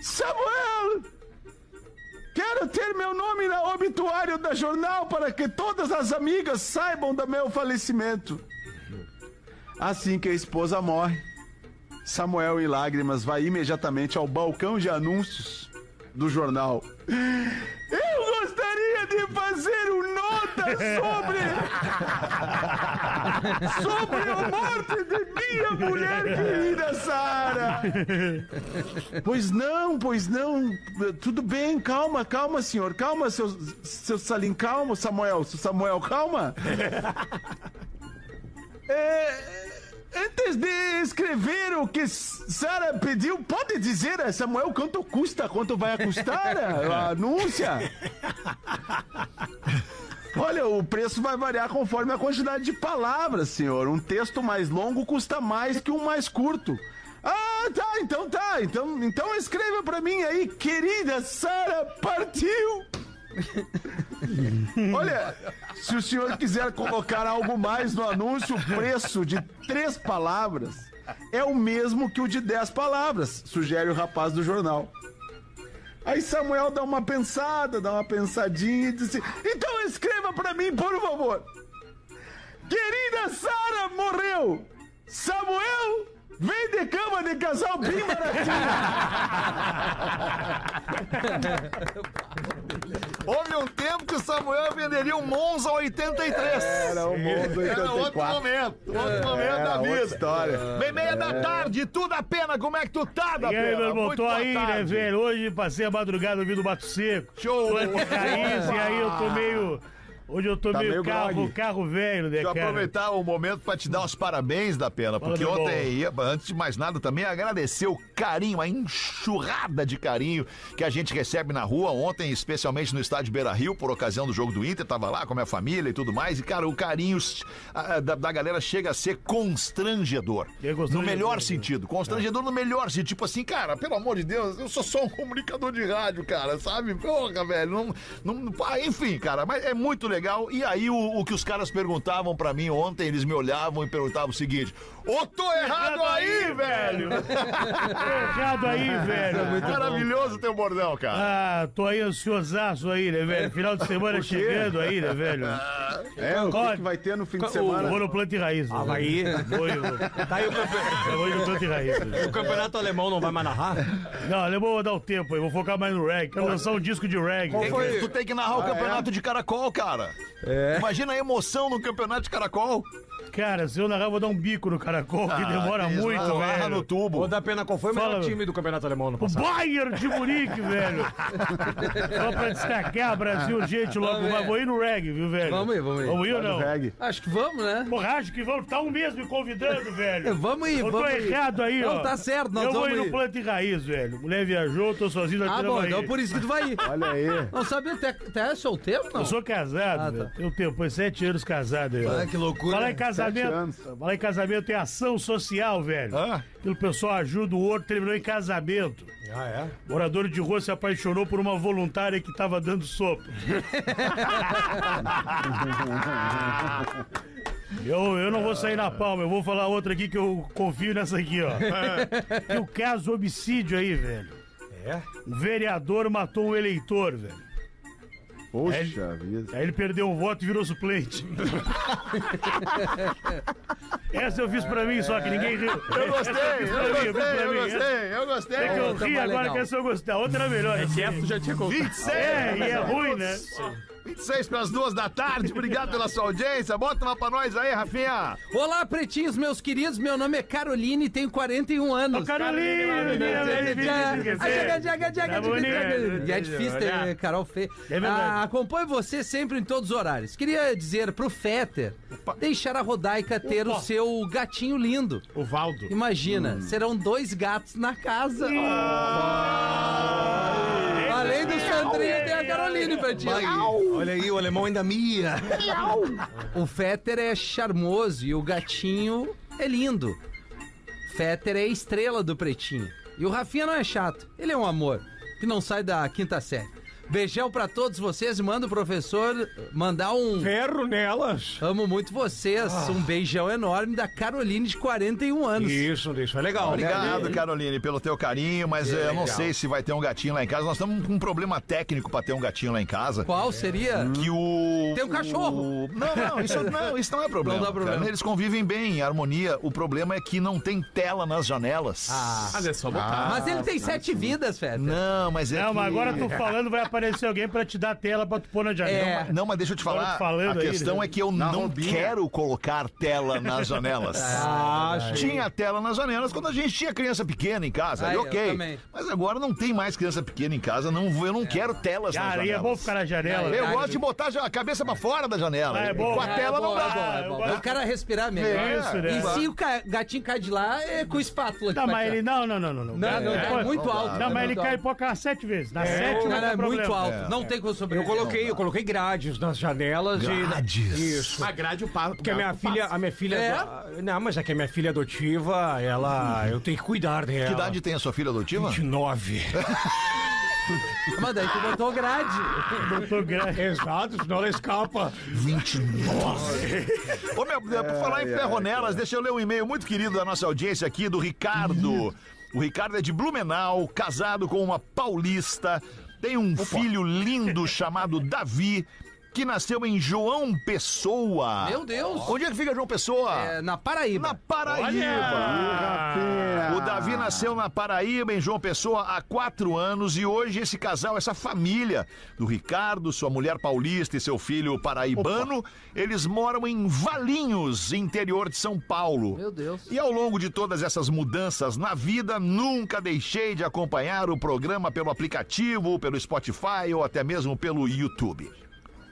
G: Samuel! Quero ter meu nome no obituário da jornal para que todas as amigas saibam do meu falecimento. Assim que a esposa morre, Samuel, em lágrimas, vai imediatamente ao balcão de anúncios do jornal. Eu gostaria de fazer um nota sobre. sobre a morte de minha mulher querida Sara. Pois não, pois não. Tudo bem, calma, calma, senhor. Calma, seu, seu Salim, calma, Samuel. Seu Samuel, calma. É, antes de escrever o que Sara pediu, pode dizer a Samuel quanto custa, quanto vai custar a, a anúncia? Olha, o preço vai variar conforme a quantidade de palavras, senhor. Um texto mais longo custa mais que um mais curto. Ah, tá, então tá. Então, então escreva pra mim aí, querida Sara partiu. Olha, se o senhor quiser colocar algo mais no anúncio, o preço de três palavras é o mesmo que o de dez palavras, sugere o rapaz do jornal. Aí Samuel dá uma pensada, dá uma pensadinha e diz assim, então escreva pra mim, por favor. Querida Sara morreu. Samuel, vem de cama de casal bem
D: Houve um tempo que o Samuel venderia um Monza 83.
G: Era um Monza 84.
D: Era outro momento, outro momento da vida.
G: É, outra história. É.
D: Bem, meia da tarde, tudo a pena. Como é que tu tá, da
F: E aí,
D: pena?
F: meu irmão,
D: Muito
F: tô
D: boa
F: aí, né,
D: tarde.
F: velho? Hoje passei a madrugada ouvindo Bato Seco.
D: Show! Ah.
F: Tô antes de Raiz, e aí eu tô meio. Hoje eu tô
D: Tá
F: meio,
D: meio
F: carro,
D: grogue.
F: carro velho, né,
D: Deixa eu
F: cara?
D: aproveitar o momento para te dar os parabéns da pena,
F: Fala,
D: porque
F: meu
D: ontem, ia- antes de mais nada, também agradecer o carinho, a enxurrada de carinho que a gente recebe na rua. Ontem, especialmente no estádio Beira Rio, por ocasião do jogo do Inter, tava lá com a minha família e tudo mais. E, cara, o carinho ah, da, da galera chega a ser constrangedor. No melhor
F: né?
D: sentido. Constrangedor no melhor sentido. Tipo assim, cara, pelo amor de Deus, eu sou só um comunicador de rádio, cara, sabe? Porra, velho. Não, não, ah, enfim, cara, mas é muito legal. E aí, o, o que os caras perguntavam pra mim ontem, eles me olhavam e perguntavam o seguinte: Ô, tô errado aí, velho! é
F: Errado aí, velho.
D: Maravilhoso teu bordão, cara.
F: é Ah, tô aí ansiosaço aí, né, velho? Final de semana chegando aí, né, velho?
D: Ah,
G: É, o que, que vai ter no fim de semana?
F: Eu vou no planta e raiz. né,
I: Havaí.
F: velho? Vou, eu vou.
I: Tá aí o campeonato.
F: Eu vou ir no planta e raiz. né?
I: O campeonato alemão não vai mais narrar?
F: Não, eu vou dar o tempo aí, vou focar mais no reggae. Quero lançar um disco de reggae.
D: Tem que- tu tem que
F: Ah, é?
D: narrar o campeonato de caracol, cara. Imagina a emoção no campeonato de caracol.
F: Cara, se eu narrar, eu vou dar um bico no caracol,
J: Ah,
F: que demora
D: Cris,
F: muito,
D: narra no
F: velho.
D: tubo.
I: Vou dar pena qual foi o
F: Fala,
I: melhor
F: meu.
I: time do campeonato alemão no
F: O
I: passado.
F: Bayern de Munique, velho. Só pra destacar, Brasil, gente, logo
J: Vamos
F: mais.
J: ver.
F: Vou ir no reggae, viu, velho?
J: Vamos ir, vamos ir.
F: Vamos ir ou
G: No
F: não?
G: reggae.
J: Acho que vamos, né?
F: Porra, acho que vão. Tá um mês me convidando, velho.
J: Vamos ir,
F: Eu tô
J: vamos ir.
F: errado aí, ó.
J: Não, tá certo, nós
F: Eu vou
J: vamos
F: ir no
J: ir.
F: planta e raiz, velho. Mulher viajou, tô sozinho na
J: Ah, bom,
F: Bahia.
J: então por isso que tu vai ir.
G: Olha aí.
J: Não sabe até, até é solteiro, não?
F: Eu sou casado,
J: Ah,
F: velho.
J: tá.
F: Tenho tempo, foi sete anos casado aí, ó.
J: Ah, que loucura.
F: Falar em
G: Sete
F: casamento.
G: anos.
F: Falar em casamento tem ação social, velho.
D: Ah.
F: Aquilo o pessoal ajuda o outro, terminou em casamento.
I: Ah, é?
F: Morador de rua se apaixonou por uma voluntária que tava dando sopa. Eu, eu não vou sair na palma, eu vou falar outra aqui que eu confio nessa aqui, ó. Tem o caso homicídio aí, velho.
I: É?
F: Um vereador matou um eleitor, velho.
G: Poxa vida.
F: Aí ele perdeu um voto e virou suplente. Essa eu fiz pra mim, só que ninguém riu.
D: Eu gostei,
F: Fiz pra
D: eu
F: mim, fiz pra
D: gostei, eu gostei,
F: mim.
D: eu
F: É que
D: gostei.
F: eu
J: Outra
F: ri
J: mais
F: agora
J: legal.
F: que essa eu gostei. A outra era melhor.
H: Essa já tinha contado.
D: 26,
F: É, e é ruim, né?
D: 26 para as duas da tarde. Obrigado pela sua audiência. Bota uma pra nós aí, Rafinha.
J: Olá, pretinhos, meus queridos. Meu nome é Caroline, tenho 41 anos.
F: Carolina, minha velha
D: É.
F: vida de
J: é
F: esquecer. Tá bonito.
J: Já é difícil ter
F: Olha. É
J: Carol Fê.
F: verdade.
J: Ah, acompanho você sempre em todos os horários. Queria dizer pro Fetter deixar a Rodaica ter o seu gatinho lindo.
H: O Valdo.
J: Imagina,
I: Hum.
J: serão dois gatos na casa. Oh. Além do Sandrinho, tem a Caroline pra ti.
I: Olha aí, o alemão ainda mia.
J: O Fetter é charmoso e o gatinho é lindo. Fetter é a estrela do pretinho. E o Rafinha não é chato, ele é um amor, que não sai da quinta série. Beijão pra todos vocês e manda o professor mandar um.
I: Ferro nelas.
J: Amo muito vocês. Um beijão enorme da Caroline de 41 anos.
I: Isso, isso é legal.
D: Obrigado, Caroline, pelo teu carinho, mas eh, eu não sei se vai ter um gatinho lá em casa. Nós estamos com um problema técnico pra ter um gatinho lá em casa.
J: Qual seria?
D: Que o.
J: Tem um cachorro.
D: o- Não, não, isso não, isso não é problema.
J: Não dá
D: cara.
J: problema.
D: Eles convivem bem, em harmonia. O problema é que não tem tela nas janelas.
J: Ah,
H: Mas é só botar.
J: Mas ele tem sete vidas, Fetter.
D: Não, mas é.
F: Não, mas
D: que-
F: agora tu falando, vai aparecer alguém pra te dar a tela pra tu pôr na janela.
J: É.
D: Não, mas deixa eu te
F: Agora
D: falar.
F: tu falando
D: a
F: aí,
D: questão
F: né?
D: é que eu não quero colocar tela nas janelas.
I: Ah, sim.
D: Tinha tela nas janelas quando a gente tinha criança pequena em casa, aí
J: Ah, eu
D: ok.
J: também.
D: Mas agora não tem mais criança pequena em casa, não, vou- eu não quero telas nas
F: Cara, aí é
D: janelas.
F: bom ficar na janela.
D: Eu
F: né?
D: gosto de botar já a cabeça pra fora da janela.
F: Ah, é bom.
D: Com a
F: Ah,
D: tela
J: é
D: não
J: bom,
D: dá.
J: é bom, é
F: eu
J: bom.
F: gosto.
J: O cara respirar melhor.
D: É,
F: Isso, né?
J: E se o ca- gatinho cai de lá, é com espátula.
F: Tá,
J: que vai
F: mas
J: cair.
F: ele. Não, não, não, não. Não,
J: Não, não,
F: É,
J: é
F: pô,
J: muito alto.
F: Não,
J: é
F: mas ele
J: muito
F: cai
J: alto.
F: por causa sete vezes. Na
J: Cara,
F: sétima, não
J: é
F: tem
J: muito
F: problema.
J: alto. Não tem como
I: Eu
J: sobreviver.
I: coloquei, eu coloquei grades nas janelas
D: Grades.
I: e. Isso.
H: A grade o papo.
I: Porque a minha filha, a minha filha,
J: É?
I: ado- não, mas é que a minha filha adotiva, ela, eu tenho que cuidar dela.
D: Que idade tem a sua filha adotiva?
I: 29.
J: Mas daí tu botou grade.
F: Tô grande.
I: Exato, senão ela escapa.
D: 29. Ô, meu, por falar em
G: ai,
D: ferronelas, deixa eu ler um e-mail muito querido da nossa audiência aqui, do Ricardo. O Ricardo é de Blumenau, casado com uma paulista, tem um filho lindo chamado Davi, que nasceu em João Pessoa.
J: Meu Deus.
D: Onde é que fica João Pessoa?
J: É, na Paraíba.
D: Na Paraíba. O Davi nasceu na Paraíba, em João Pessoa, há quatro anos. E hoje esse casal, essa família do Ricardo, sua mulher paulista e seu filho paraibano, eles moram em Valinhos, interior de São Paulo.
J: Meu Deus.
D: E ao longo de todas essas mudanças na vida, nunca deixei de acompanhar o programa pelo aplicativo, pelo Spotify ou até mesmo pelo YouTube.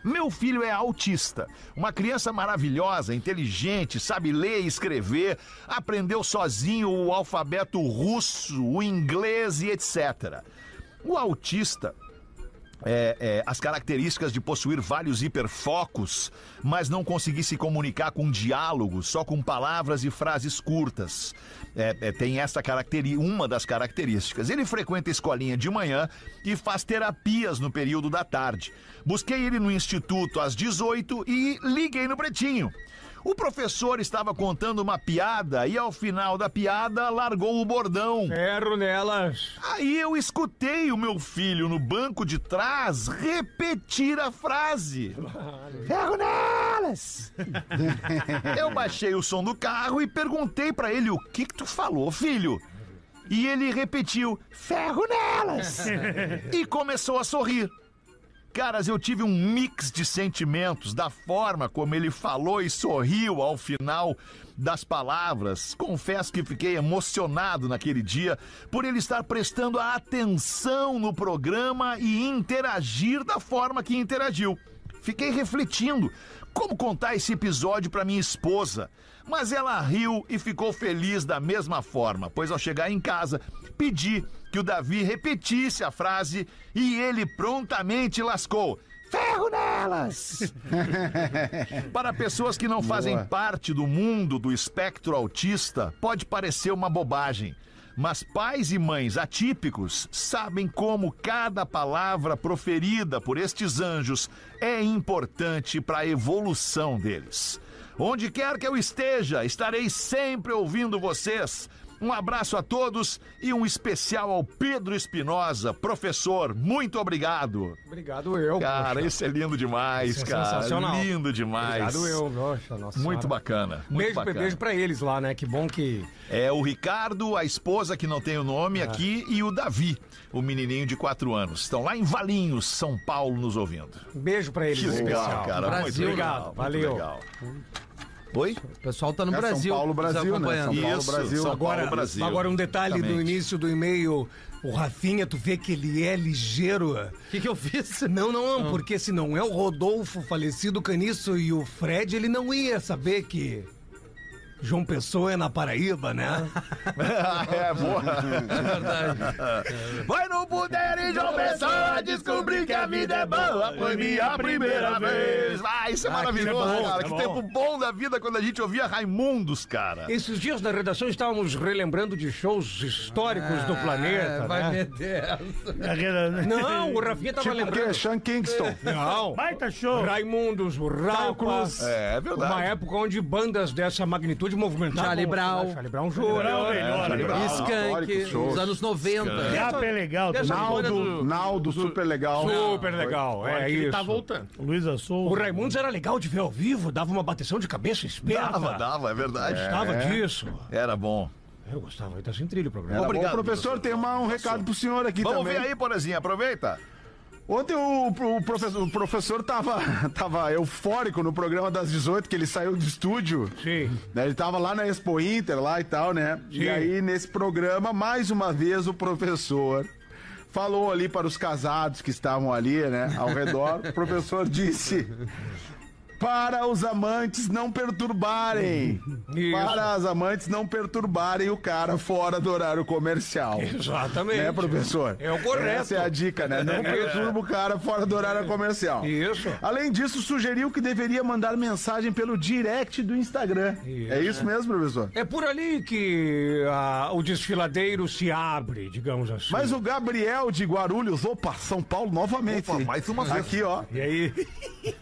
D: Meu filho é autista, uma criança maravilhosa, inteligente, sabe ler e escrever, aprendeu sozinho o alfabeto russo, o inglês e etc. O autista é, é, as características de possuir vários hiperfocos, mas não conseguir se comunicar com diálogo, só com palavras e frases curtas. É, é, tem essa caracteri- uma das características. Ele frequenta a escolinha de manhã e faz terapias no período da tarde. Busquei ele no instituto às 18 e liguei no pretinho. O professor estava contando uma piada e, ao final da piada, largou o bordão.
I: Erro nelas.
D: Aí eu escutei o meu filho no banco de trás repetir a frase.
B: Ferro nelas!
D: Eu baixei o som do carro e perguntei pra ele o que, que tu falou, filho. E ele repetiu
B: Ferro nelas!
D: e começou a sorrir. Caras, eu tive um mix de sentimentos da forma como ele falou e sorriu ao final das palavras. Confesso que fiquei emocionado naquele dia por ele estar prestando a atenção no programa e interagir da forma que interagiu. Fiquei refletindo como contar esse episódio para minha esposa, mas ela riu e ficou feliz da mesma forma, pois ao chegar em casa, pedi que o Davi repetisse a frase e ele prontamente lascou. Ferro nelas! Para pessoas que não fazem parte do mundo do espectro autista, pode parecer uma bobagem. Mas pais e mães atípicos sabem como cada palavra proferida por estes anjos é importante para a evolução deles. Onde quer que eu esteja, estarei sempre ouvindo vocês. Um abraço a todos e um especial ao Pedro Espinosa, professor. Muito obrigado.
I: Obrigado eu.
D: Cara,
I: poxa.
D: isso é lindo demais,
I: Isso é
D: cara.
I: sensacional.
D: Lindo demais.
I: Obrigado eu, nossa, nossa
D: Muito
I: senhora.
D: bacana. Muito
I: Beijo,
D: bacana.
I: beijo pra eles lá, né? Que bom que.
D: É o Ricardo, a esposa que não tem o nome aqui, e o Davi, o menininho de 4 anos. Estão lá em Valinhos, São Paulo, nos ouvindo.
I: Beijo pra eles.
D: Que legal, cara.
J: Brasil,
D: muito legal.
I: obrigado.
D: muito
I: Valeu.
D: legal. Oi?
J: O pessoal tá
G: É
J: no
G: São
J: Brasil.
G: Paulo,
J: nos
G: Brasil, né?
J: acompanhando.
G: São Paulo,
D: Isso,
G: Brasil.
D: São
I: Agora,
D: Paulo, Brasil.
I: agora um detalhe do
D: Exatamente.
I: início do e-mail. O Rafinha, tu vê que ele é ligeiro.
J: O que, que eu fiz?
I: Não, não, não, porque se não é o Rodolfo, falecido Caniço, e o Fred, ele não ia saber que João Pessoa é na Paraíba, né?
D: é, boa. Vai no poder e João Pessoa descobrir que a vida é boa. Foi minha primeira vez. Ah, isso é maravilhoso,
H: bom,
D: cara.
H: é
D: que
H: bom.
D: tempo bom da vida quando a gente ouvia Raimundos, cara.
I: Esses dias na redação estávamos relembrando de shows históricos do planeta.
J: É, vai
I: né?
J: meter essa.
F: É
I: Não, o Rafinha tava
G: Tipo o quê?
I: lembrando.
G: Sean Kingston.
I: Não.
F: Baita show.
I: Raimundos, o Rapa,
G: Cruz.
D: É, é verdade.
I: Uma época onde bandas dessa magnitude movimentavam.
J: Charlie Brown.
I: Charlie Brown Júnior.
F: Brown,
D: É,
F: melhor.
D: Brown.
J: Skank,
G: históricos shows.
J: nos anos 90.
F: Rapa é legal.
I: Dessa
F: também.
I: história
G: Naldo,
I: do-
G: Naldo, super legal. Tá
I: Super legal,
H: Olha
I: é
H: que
I: isso.
H: Ele tá voltando.
F: Luísa Souza.
I: O Raimundos era legal de ver ao vivo, dava uma bateção de cabeça esperta.
D: Dava, dava, é verdade.
I: Gostava disso.
D: Era bom.
I: Eu gostava, ele tá sem trilho o programa.
G: Era
D: Obrigado,
G: bom, professor, tem uma- um recado pro senhor aqui
D: Vamos
G: também.
D: ver aí, Porazinha, aproveita.
G: Ontem o, o professor, o professor tava, tava eufórico no programa das 18, que ele saiu do estúdio.
I: Sim.
G: né? Ele tava lá na Expo Inter, lá e tal, né? E aí, nesse programa, mais uma vez, o professor falou ali para os casados que estavam ali, né? Ao redor, o professor disse... Para os amantes não perturbarem.
I: Isso.
G: Para as amantes não perturbarem o cara fora do horário comercial.
I: Exatamente.
G: Né, professor?
I: É o correto.
G: Essa é a dica, né? Não perturba o cara fora do horário comercial.
I: Isso.
G: Além disso, sugeriu que deveria mandar mensagem pelo direct do Instagram.
I: Isso.
G: É isso mesmo, professor?
I: É por ali que ah, o desfiladeiro se abre, digamos assim.
G: Mas o Gabriel de Guarulhos, opa, São Paulo novamente.
D: Opa, mais uma vez.
G: Aqui, ó.
I: E aí?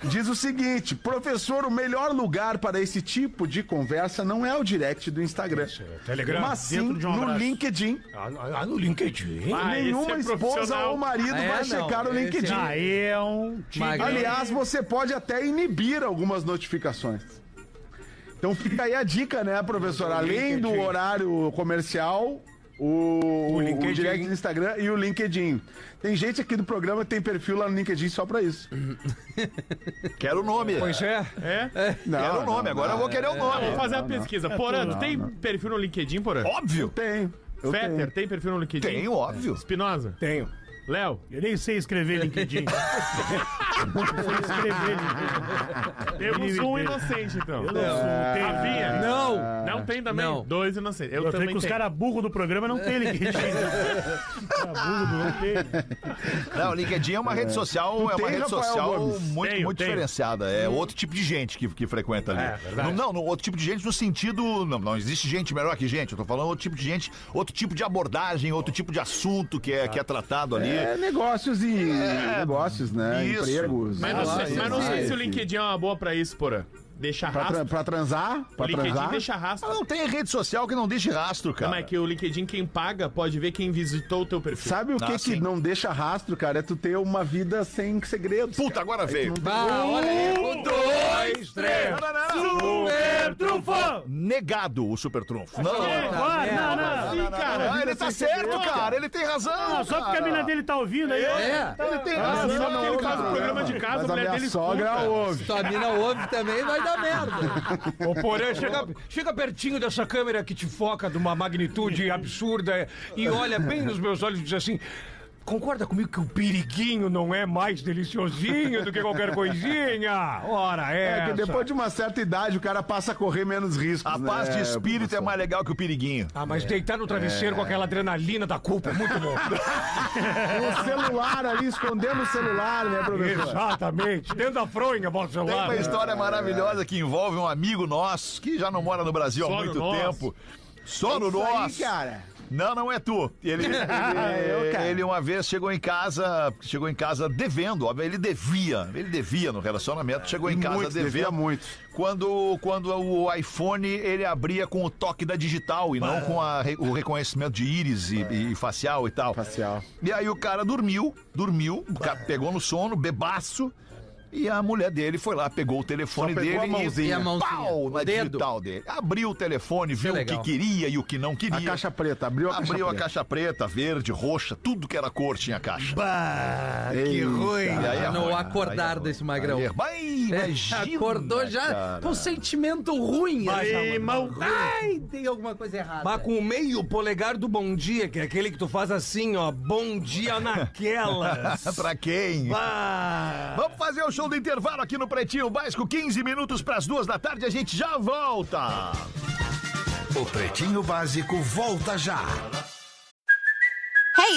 G: Diz o seguinte, professor, o melhor lugar para esse tipo de conversa não é o direct do Instagram,
I: Isso, é Telegram.
G: mas sim
F: dentro de um
G: no
F: abraço.
G: LinkedIn.
I: Ah, no- ah, no LinkedIn.
H: Ah, esse
G: Nenhuma
H: é
G: esposa
H: profissional.
G: ou marido
J: Ah, é?
G: vai
J: Não,
G: checar o
J: esse é-
G: LinkedIn.
F: Aí é um time.
J: Magrão.
G: Aliás, você pode até inibir algumas notificações. Então fica aí a dica, né, professor? Além do
I: LinkedIn.
G: horário comercial, o, o,
I: LinkedIn.
G: direct do Instagram e o LinkedIn. Tem gente aqui do programa que tem perfil lá no LinkedIn só pra isso.
D: Quero o nome.
I: Pois é.
G: Não,
D: Quero o nome,
G: não,
D: agora eu vou querer o
H: Ah,
D: nome.
H: vou fazer a pesquisa. Porã, tu tem perfil no LinkedIn, Porã?
D: Óbvio.
G: Tenho. Eu
H: Fetter,
G: tenho.
H: tem perfil no LinkedIn?
D: Tenho, óbvio.
H: Espinosa?
I: Tenho.
H: Léo?
F: Eu nem sei escrever LinkedIn.
H: Temos um inocente, então.
F: Eu não sou, tem.
H: Rafinha?
J: Não.
H: Não tem também?
J: Não.
H: Dois inocentes. Eu,
F: Eu sei
H: também
F: que os
H: tenho.
F: caras burros do programa não tem ninguém. Cara burro não tem.
D: Não, o LinkedIn é uma rede social, é
G: tem,
D: uma rede
G: Rafael
D: social
G: Gomes?
D: muito,
F: Tenho,
D: muito
F: tenho.
D: diferenciada. É outro tipo de gente que, que frequenta ali. não, não, no- outro tipo de gente no sentido. Não, não existe gente melhor que gente. Eu tô falando outro tipo de gente, outro tipo de abordagem, outro tipo de assunto que é, que é tratado ali.
G: É negócios e negócios, né?
D: isso.
G: Empregos.
H: Mas não
G: sei-
H: sei, mas não sei se o LinkedIn é uma boa pra isso, porra. Deixa
G: Pra, tra-
H: rastro.
G: pra transar?
H: O
G: Pra
H: LinkedIn
G: transar?
H: deixa
D: Ah,
H: rastro.
D: Não tem rede social que não deixe rastro, cara.
H: Não, é que o LinkedIn, quem paga, pode ver quem visitou o teu perfil.
G: Sabe o que,
D: Ah,
G: que
D: sim.
G: não deixa rastro, cara? É tu ter uma vida sem segredos.
D: Puta, agora veio.
J: Ah, olha aí. Um, dois, três.
D: Não, não, não, não.
F: Super trufão!
D: Negado o super trunfo. Não, não, não.
F: É, Vai, não, não.
H: Sim, cara.
D: Ah, ele tá certo, cara. Ele tem razão.
F: Ah, Só porque a mina dele tá ouvindo aí. ó.
J: É.
D: Ele tem
H: Ah,
D: razão.
H: só porque ele
G: ouve,
H: faz um
G: cara.
H: programa de casa, a
G: Mas a
H: mulher
G: minha
H: dele
G: sogra
H: escuta.
G: ouve.
J: Tua mina ouve também, vai dar merda.
I: Ô, Porã, chega, chega pertinho dessa câmera que te foca de uma magnitude absurda e olha bem nos meus olhos e diz assim. Concorda comigo que o piriguinho não é mais deliciosinho do que qualquer coisinha? Ora,
G: É,
I: é.
G: que depois de uma certa idade o cara passa a correr menos riscos.
D: A
G: né,
D: paz de espírito é
G: professor?
D: mais legal que o periguinho.
I: Ah, mas deitar no travesseiro com aquela adrenalina da culpa é muito bom.
G: O celular ali, escondendo o celular, né, professor?
I: Exatamente. Dentro da fronha, bota o
D: Tem
I: celular.
D: uma história maravilhosa que envolve um amigo nosso que já não mora no Brasil há
H: Só no
D: muito
H: nosso.
D: tempo. Só no
G: Isso aí,
D: nosso.
G: cara.
D: Não, não é tu. Ele, ele,
G: eu, cara.
D: ele uma vez chegou em casa, chegou em casa devendo, óbvio, ele devia, ele devia no relacionamento, chegou em casa
G: Muito,
D: devendo.
G: devia muito.
D: Quando, quando o iPhone ele abria com o toque da digital e não com a re- o reconhecimento de íris e, e facial e tal.
G: Facial.
D: E aí o cara dormiu, dormiu, o
G: É.
D: cara pegou no sono, bebaço. E a mulher dele foi lá, pegou o telefone
G: Só pegou
D: dele
G: a
D: e,
G: mãozinha.
J: E a mãozinha.
D: pau na
J: O dedo. é
D: digital dele. Abriu o telefone, viu o que
J: legal.
D: queria e o que não queria.
G: A caixa preta, abriu a caixa
D: Abriu a
G: preta.
D: caixa preta, verde, roxa, tudo que era cor tinha caixa.
G: Que ruim.
D: E aí é
J: no
D: ruim, cara,
J: acordar
D: aí é ruim.
J: desse magrão.
D: Aí é- Ai, imagina,
J: Acordou já
D: cara.
J: com um sentimento ruim. assim.
H: Irmão,
J: Ai, tem alguma coisa errada.
I: Mas com o meio polegar do bom dia, que é aquele que tu faz assim, ó. Bom dia naquelas.
D: pra quem?
I: Ah.
D: Vamos fazer o show do intervalo aqui no Pretinho Básico, 15 minutos pras duas da tarde, a gente já volta.
C: O Pretinho Básico volta já.
K: Hey,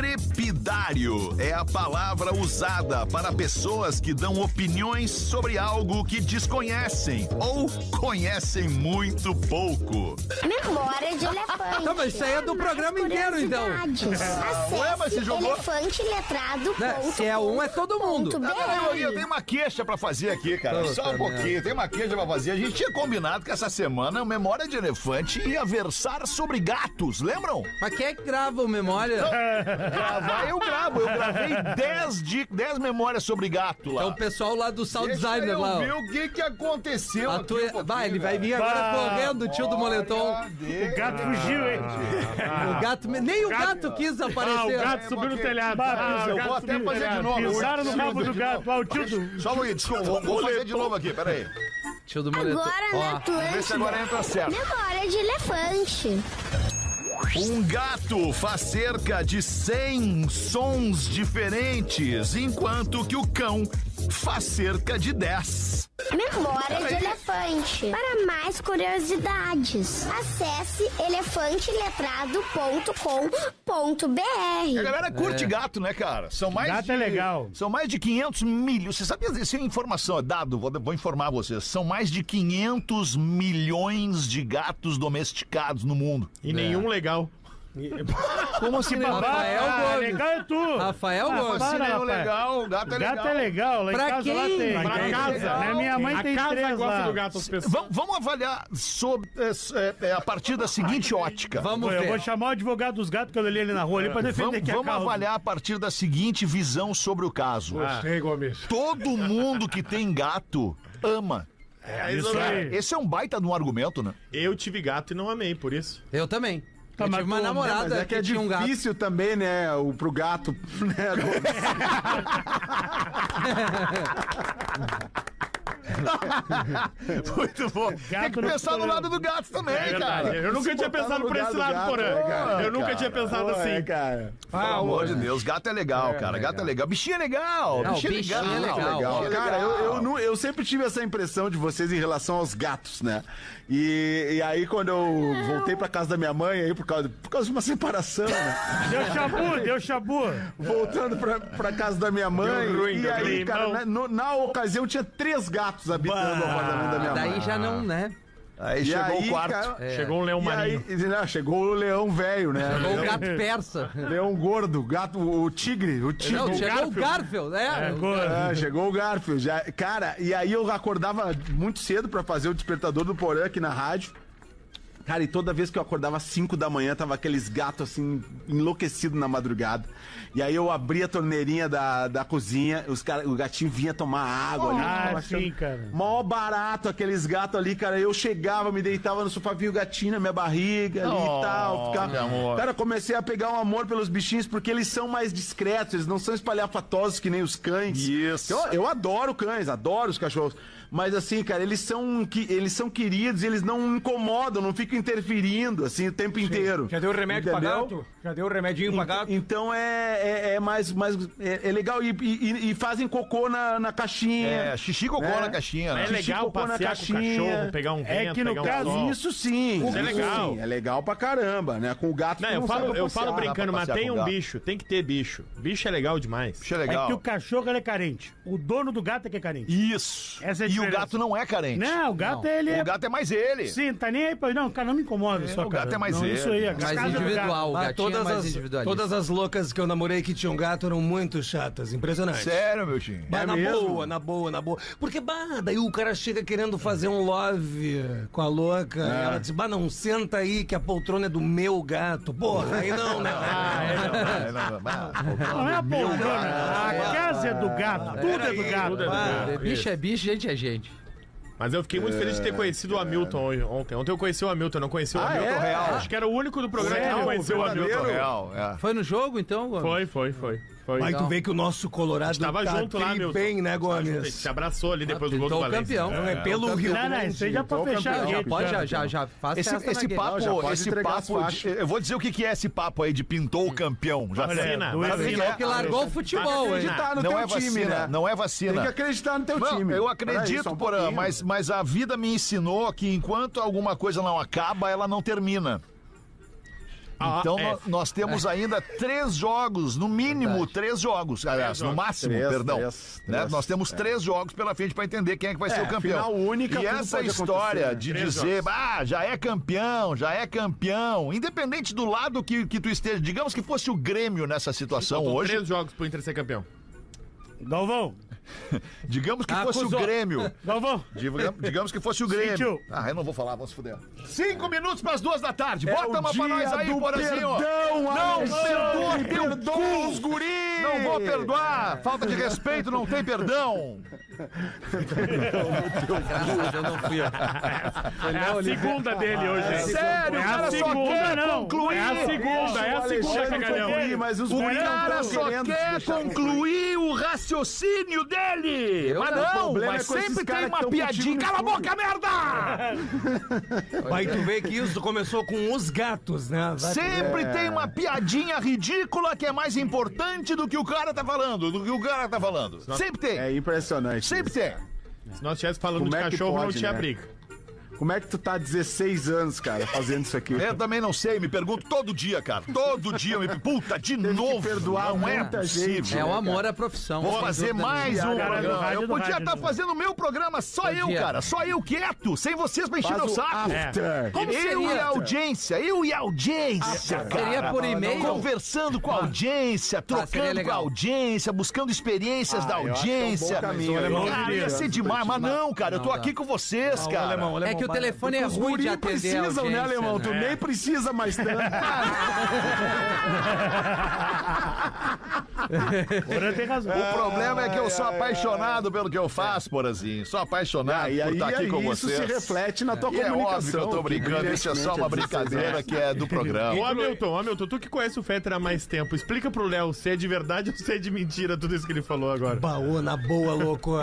D: Ultracrepidário é a palavra usada para pessoas que dão opiniões sobre algo que desconhecem ou conhecem muito pouco.
L: Memória de elefante.
J: Tá, mas isso aí é do programa inteiro, então.
D: Ué, é, mas você jogou?
J: Né? Se é um, é todo mundo.
D: Eu, eu tenho uma queixa pra fazer aqui, cara.
J: Puta
D: Só um pouquinho,
J: merda.
D: tem uma queixa pra fazer. A gente tinha combinado que essa semana o Memória de Elefante ia versar sobre gatos, lembram?
J: Mas quem é que grava o memória?
D: Gravar Ah, eu gravo, eu gravei 10 di- 10 memórias sobre gato
J: É
D: lá. Então,
J: o pessoal lá do Sound
D: Deixa
J: Designer
D: Então, eu
J: lá.
D: ver
J: ó.
D: o que que aconteceu
J: A
D: aqui
J: tua- é-
D: um pouquinho,
J: Vai, ele vai vir agora
F: Bah,
J: correndo, o tio do moletom.
D: velho.
F: O gato fugiu, hein?
J: O gato, nem o gato quis
H: Ah, o
J: aparecer.
H: gato subiu no telhado.
F: Bah,
H: Ah,
F: eu
D: vou
H: o gato
D: até
H: subiu no
D: fazer de
H: telhado.
D: novo.
F: Pisaram no
D: Tio,
F: rabo do
D: de
F: gato.
D: novo.
F: Ah, o tio do...
D: Só um minuto, desculpa, vou, vou fazer de novo aqui, peraí.
J: Tio do moletom. Ó,
D: Vamos ver se agora entra certo.
L: Memória É de elefante.
D: Um gato faz cerca de 100 sons diferentes, enquanto que o cão faz cerca de 10.
L: Memória de elefante. Para mais curiosidades, acesse elefanteletrado.com.br.
D: E a galera curte gato, né, cara? São mais
F: É. Gato
D: de,
F: é legal.
D: São mais de 500 milhões. Você sabia disso? É informação, é dado, vou, vou informar vocês. São mais de 500 milhões de gatos domesticados no mundo.
G: É.
H: E nenhum legal.
D: Como assim,
F: Rafael
D: babá?
F: Gomes. legal é tu.
J: Rafael
F: Ah,
J: Gomes.
F: para,
D: um
J: Cinema
D: Então,
F: rapaz.
J: legal,
D: tá
J: gato é
F: Gato é
J: legal.
F: legal, lá em
J: Pra
F: casa lá
J: quem?
F: tem.
J: Pra
F: Tem.
J: casa.
F: Né, Minha mãe
D: A
F: tem
D: casa
F: três
D: gosta
F: lá.
D: do gato, as pessoas. Vamos, vamos avaliar sob, é, é, a partir da seguinte ótica.
F: Vamos Eu ver. vou chamar o advogado dos gatos quando eu li ele na rua ali pra defender
D: vamos,
F: que é
D: Vamos
F: caldo. Ah.
D: avaliar a partir da seguinte visão sobre o caso.
I: Gostei, Gomes.
D: Todo mundo que tem gato ama.
H: É, isso
D: Cara,
H: aí.
D: Esse é um baita de um argumento, né?
H: Eu tive gato e não amei, por isso.
J: Eu também.
G: Tá, mas tu- Não, mas é que, é
J: um
G: difícil também, né? O, pro gato. Né?
D: Muito bom. Tem que
H: no
D: pensar no
H: porão.
D: lado do gato também,
H: É verdade.
D: cara.
H: Eu nunca
D: Se
H: tinha
D: botar no
H: pensado por
D: lugar
H: esse
D: do
H: lado,
D: gato,
H: Porã.
D: é legal,
H: Eu nunca
D: cara.
H: tinha pensado
D: Pô,
H: assim.
D: é, cara. Pelo
H: Ah,
D: amor
H: é.
D: de Deus, gato é legal,
G: É,
D: cara.
G: é
D: Gato é legal. Bichinho é legal.
G: Não,
D: bichinho é
G: bichinho
D: legal.
G: é legal.
D: bichinho é
G: Cara, eu,
D: legal.
G: eu, nu- eu sempre tive essa impressão de vocês em relação aos gatos, né? E, e aí, quando eu voltei pra casa da minha mãe, aí, por causa, por causa de uma separação, né?
F: Deu chabu, deu chabu.
G: Voltando pra, pra casa da minha mãe.
F: Deu ruim,
G: e
F: deu
G: aí,
F: ruim,
G: cara,
F: não.
G: na, no- na ocasião tinha três gatos habitando o apartamento da minha mãe.
J: Daí já não, né?
D: Aí
G: E
D: chegou o quarto.
J: É.
H: Chegou um leão
G: e aí-
H: marinho.
G: e, né, chegou o leão velho, né?
J: Chegou o gato persa.
G: Leão gordo, gato, o tigre, o tigre.
J: Não, chegou o Garfield, né?
G: É, chegou o Garfield. Já, cara, e aí eu acordava muito cedo pra fazer o despertador do Porã aqui na rádio. Cara, e toda vez que eu acordava às 5 da manhã, tava aqueles gatos assim, enlouquecidos na madrugada. E aí eu abria a torneirinha da, da cozinha, os cara, o gatinho vinha tomar água ali.
F: Ah,
G: tava achando
F: sim, cara.
G: Mó barato aqueles gatos ali, cara. Eu chegava, me deitava no sofá, via o gatinho na minha barriga ali
D: Oh,
G: e tal.
D: que
G: Ficava...
D: amor.
G: Cara, comecei a pegar um amor pelos bichinhos porque eles são mais discretos, eles não são espalhafatosos que nem os cães. Isso. Eu, eu adoro cães, adoro os cachorros. Mas assim, cara, eles são, que- eles são queridos, eles não incomodam, não ficam interferindo, assim, o tempo inteiro.
I: Já deu remédio pra
G: Entendeu?
I: gato? Já deu remedinho pra gato?
G: Então é, é, é mais, mais é, é legal e, e- e fazem cocô na, na caixinha.
D: É, xixi e cocô na caixinha, né?
H: É
G: Xixi e
H: legal
G: cocô na
H: passear com o
G: caixinha.
H: cachorro, pegar um
F: É
H: vento,
F: que no
H: pegar um
F: caso,
H: sol.
G: Isso sim.
H: Isso é legal.
G: sim, é legal pra caramba, né? Com o gato.
H: Não,
G: tu
H: É,
G: sai
H: eu falo,
G: pra
H: eu
G: passear.
H: falo brincando,
G: Dá pra
H: mas
G: passear
H: tem
G: com o
H: um
G: gato.
H: bicho, tem que ter bicho. Bicho é legal demais. Bicho
D: é
F: É que o cachorro ele é carente. O dono do gato é que é carente.
D: Isso.
F: Essa é a
D: e o
F: diferença.
D: gato não é carente.
F: Não, o gato
D: Não.
F: ele é.
D: O gato é mais ele.
F: Sim, tá nem aí pra. Não, cara, não me incomoda só.
D: o gato
F: cara.
D: é mais
F: não,
D: ele.
F: Isso aí, a
D: Mais
F: casa do gato.
J: individual, o
I: Ah,
J: gatinho é
I: todas
J: mais
I: as-
J: individualista.
I: Todas as loucas que eu namorei que tinham gato eram muito chatas, impressionante.
D: Sério, meu time.
I: Bah,
D: É
I: na
D: mesmo?
I: boa, na boa, na boa. Porque, bah, daí o cara chega querendo fazer um love com a louca. e Ela diz, bah, não, senta aí que a poltrona é do meu gato. Porra, aí não, né?
D: Ah, é, não, é, não, é, não.
F: Não é a poltrona. A casa é do gato. Tudo é do gato.
H: Tudo é do gato.
J: Bicho é bicho, gente é gente.
H: Mas eu fiquei muito feliz de ter conhecido o Hamilton hoje- ontem. Ontem eu conheci o Hamilton, não conheci o
G: É, Ah,
H: Hamilton
G: é?
H: real. Acho que era o único do programa que
G: Sério?
H: não conheceu o
G: Verdadeiro?
H: Hamilton real.
D: Real, é.
J: Foi no jogo, então, Gomes?
H: Foi, foi, foi. foi.
I: Aí tu vê que o nosso Colorado
H: Estava
I: tá
H: junto lá,
I: tri
H: Hamilton.
I: bem, né,
H: Ele
I: Gomes?
H: se abraçou
G: Ah,
H: ali depois do gol do
J: Então,
H: Valencia.
J: campeão.
I: Não é pelo Rio
F: Não, não,
I: Grande.
F: isso aí
D: Então,
F: já
D: é
F: pode fechar.
J: Já
F: aqui,
J: pode, já, já, já. Faz
D: Esse,
J: festa
D: esse
J: na guerra.
G: já
D: papo,
G: pode
D: esse
G: entregar as
D: papo,
G: faixas.
D: eu vou dizer o que que é esse papo aí de pintou o campeão. Já sei.
H: Tá Vacina,
F: Olha, né?
D: Sabe o que
J: É o que largou o futebol, hein?
G: Acreditar Tá no
D: Não
G: teu
D: é
G: time,
D: vacina,
G: né?
D: não é vacina.
G: Tem que acreditar no teu
D: Não,
G: time.
D: Eu
G: Peraí,
D: acredito,
G: só um
D: Porã,
G: pouquinho.
D: mas, mas a vida me ensinou que enquanto alguma coisa não acaba, ela não termina.
H: Ah,
D: Então
H: é.
D: nó- nós temos ainda três jogos, no mínimo
J: Verdade.
D: três jogos, aliás, no
H: jogos.
D: máximo,
G: Três,
D: perdão.
G: três,
D: né?
G: três, é.
D: nós temos três jogos pela frente para entender quem é que vai ser o campeão.
G: final única,
D: e
G: tudo
D: essa
G: pode acontecer,
D: história
G: né?
D: de
H: Três
D: dizer,
H: jogos.
D: ah, já é campeão, já é campeão, independente do lado que, que tu esteja, digamos que fosse o Grêmio nessa situação
H: Faltam
D: hoje,
H: Três jogos pro Inter ser campeão.
F: Galvão,
D: digamos que
J: Ah,
D: fosse
J: acusou.
D: o Grêmio.
F: Galvão.
D: Diga- Digamos que fosse o Grêmio.
F: Sentiu.
D: Ah, eu não vou falar, vamos fuder. Cinco minutos para as duas da tarde.
G: É
D: Bota
G: o
D: uma
G: dia
D: pra nós aí,
G: do
D: Porazinho.
G: perdão,
D: Não perdoa
G: Alexandre,
D: teu
G: perdoa
D: cu.
G: os guris.
D: Não vou perdoar. Falta de respeito, não tem perdão.
J: Graças, eu não fui.
H: É a segunda dele hoje,
D: É
H: hein?
D: sério, o
F: É a
D: cara só
F: segunda,
D: quer
F: não.
D: concluir.
H: É a segunda, é a segunda,
G: Alexandre concluir,
H: cagalhão.
G: mas os
D: O
G: guris não
D: cara
G: tão
D: só
G: querendo
D: quer
G: deixar
D: concluir o raciocínio dele.
J: Eu
D: mas
J: não, o
D: não,
G: problema
D: mas
G: é com esses
D: sempre
G: caras
D: tem
G: que
D: uma
G: tão contigo
D: piadinha.
G: no
D: Cala a
G: estúdio.
D: boca, merda!
I: Aí tu vê que isso começou com os gatos, né?
G: É.
I: Vai-
D: Sempre tem uma piadinha ridícula que é mais importante do que o cara tá falando, do que o cara tá falando. Sempre tem.
G: É impressionante.
D: Sempre tem.
H: Se nós estivéssemos falando
G: Como
H: de
G: é que
H: cachorro, não
G: pode,
H: tinha
G: né?
H: briga.
G: Como é que tu tá há 16 anos, cara, fazendo isso aqui?
D: Eu também não sei, me pergunto todo dia, cara. Todo dia me Puta, de novo.
G: perdoar
D: não é
G: muita
D: possível.
G: gente, né, É um amor
J: à profissão.
D: Vou
J: Sem
D: fazer
J: dúvida
D: mais
J: nenhuma.
D: um
J: Cara, do
D: programa.
J: rádio,
D: Eu
J: do
D: podia
J: rádio, né?
D: estar
J: do
D: fazendo o meu programa só eu,
J: Podia.
D: cara. Só eu quieto, sem vocês pra encher
J: Faz
D: meu
J: o
D: saco.
J: after.
D: Tá
J: É. Como
D: eu
J: seria? Ah,
D: e a audiência, eu e a audiência,
J: After.
D: cara.
J: Seria por e-mail? É
D: Conversando com a audiência,
J: Ah. seria
D: trocando com a
J: legal.
D: audiência, buscando experiências
J: Ah,
D: da
J: eu acho que é um
D: audiência.
J: bom caminho, Mas o alemão
D: cara,
J: diria.
D: ia ser demais, mas não, cara. Eu tô
J: Não dá.
D: aqui com vocês,
J: Não, o
D: cara.
J: alemão, o alemão É que o vai- telefone é
G: Os
J: ruim de
G: guri
J: atender a
G: precisam, né,
J: audiência,
G: alemão? Tu
D: é,
J: né?
G: nem precisa mais tanto.
D: Porã tem razão. O problema é que eu sou apaixonado pelo que eu faço, Porazinho. Sou apaixonado
G: É. e
D: por
G: aí,
D: estar aqui com
G: isso
D: vocês.
G: se reflete na tua
D: e
G: comunicação.
D: É óbvio que eu tô brincando, isso é só uma
G: né?
D: brincadeira que é do programa.
H: Ô, Hamilton, Hamilton, tu que conhece o Fetter há mais tempo, explica pro Léo se é de verdade ou se é de mentira tudo isso que ele falou agora.
I: Baô, na boa, louco.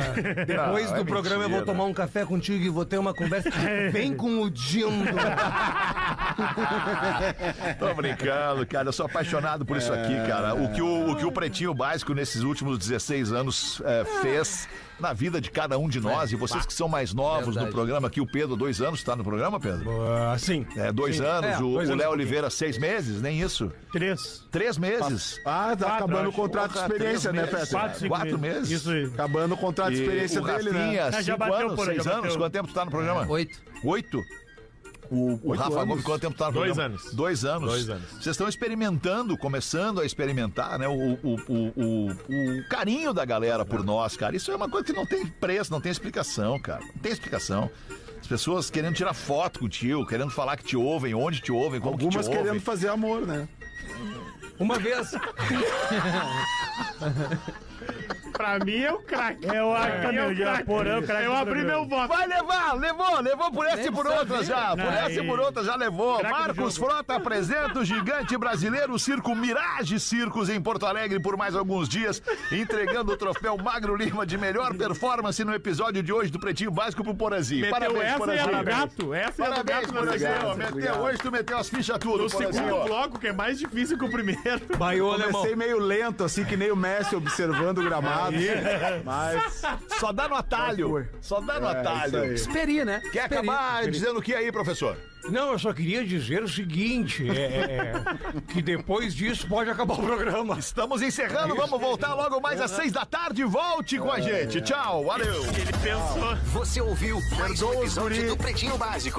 I: Depois do programa eu vou tomar um café contigo e vou ter uma conversa. Vem com o Dindo.
G: é
D: Tô brincando, cara. Eu sou apaixonado por isso aqui, cara. O que o, o que o Pretinho Básico nesses últimos 16 anos é, fez na vida de cada um de nós. E vocês que são mais novos no
I: Verdade.
D: programa aqui, o Pedro, dois anos, tá no programa, Pedro?
I: Ah, sim.
J: assim,
D: É, dois
I: Sim.
D: anos.
I: É,
D: o
I: dois
D: o
I: anos
D: Léo
I: e
D: Oliveira, seis meses, nem isso?
F: Três.
D: Três meses? é
G: Ah, tá acabando o contrato de experiência, né, Fetter?
D: Quatro, cinco meses. Isso aí.
G: Acabando o contrato de
D: É. E
G: experiência
D: o
G: dele, né?
D: Rafinha,
H: Ah,
D: cinco anos, seis anos. Quanto tempo tu tá no programa?
H: É.
J: Oito.
D: Oito? O, o
G: Oito
D: Rafa
G: anos.
D: Gomes, quanto tempo tá no
H: Dois
D: programa?
H: anos.
D: Dois anos.
H: Dois anos.
D: Vocês estão experimentando, começando a experimentar, né? O, o, o, o, o carinho da galera por nós, cara. Isso é uma coisa que não tem preço, não tem explicação, cara. Não tem explicação. As pessoas querendo tirar foto contigo, querendo falar que te ouvem, onde te ouvem, como que
G: Algumas
D: te ouvem.
G: querendo fazer amor, né?
I: Uma vez.
H: pra mim é o craque.
F: É o ar,
H: Pra mim
F: meu, já porão, craque
H: Eu
F: do
H: abri
F: programa.
H: meu voto.
D: Vai levar, levou, levou por essa e por outra já. Por
F: Não,
D: essa e
F: e-
D: por outra já levou.
F: Craque do
D: Marcos
F: jogo.
D: Frota apresenta o gigante brasileiro o Circo Mirage Circos em Porto Alegre por mais alguns dias, entregando o troféu Magro Lima de melhor performance no episódio de hoje do Pretinho Básico pro Porazinho.
H: Meteu essa e é a do gato, essa e a do
D: Parabéns,
H: gato,
D: Porazinho.
H: obrigado,
D: Meteu
G: obrigado.
D: hoje, tu meteu as fichas tudo,
H: No
D: Porazinho.
H: segundo bloco, que é mais difícil que o primeiro.
I: Baiô, alemão.
G: Comecei meio lento, assim, que nem o Messi observando o gramado. Mas.
D: Só dá no atalho. Só dá no
G: É, isso
D: atalho.
G: aí.
J: Esperi, né?
D: Quer
J: Esperi.
D: acabar dizendo o que aí, professor?
I: Não, eu só queria dizer o seguinte: é, é, que depois disso pode acabar o programa.
D: Estamos encerrando, vamos voltar logo mais às seis da tarde. Volte com a gente. Tchau, valeu.
H: Ele pensou.
A: Você ouviu mais um
D: Perdoa os
A: episódio
D: guri.
A: do Pretinho Básico.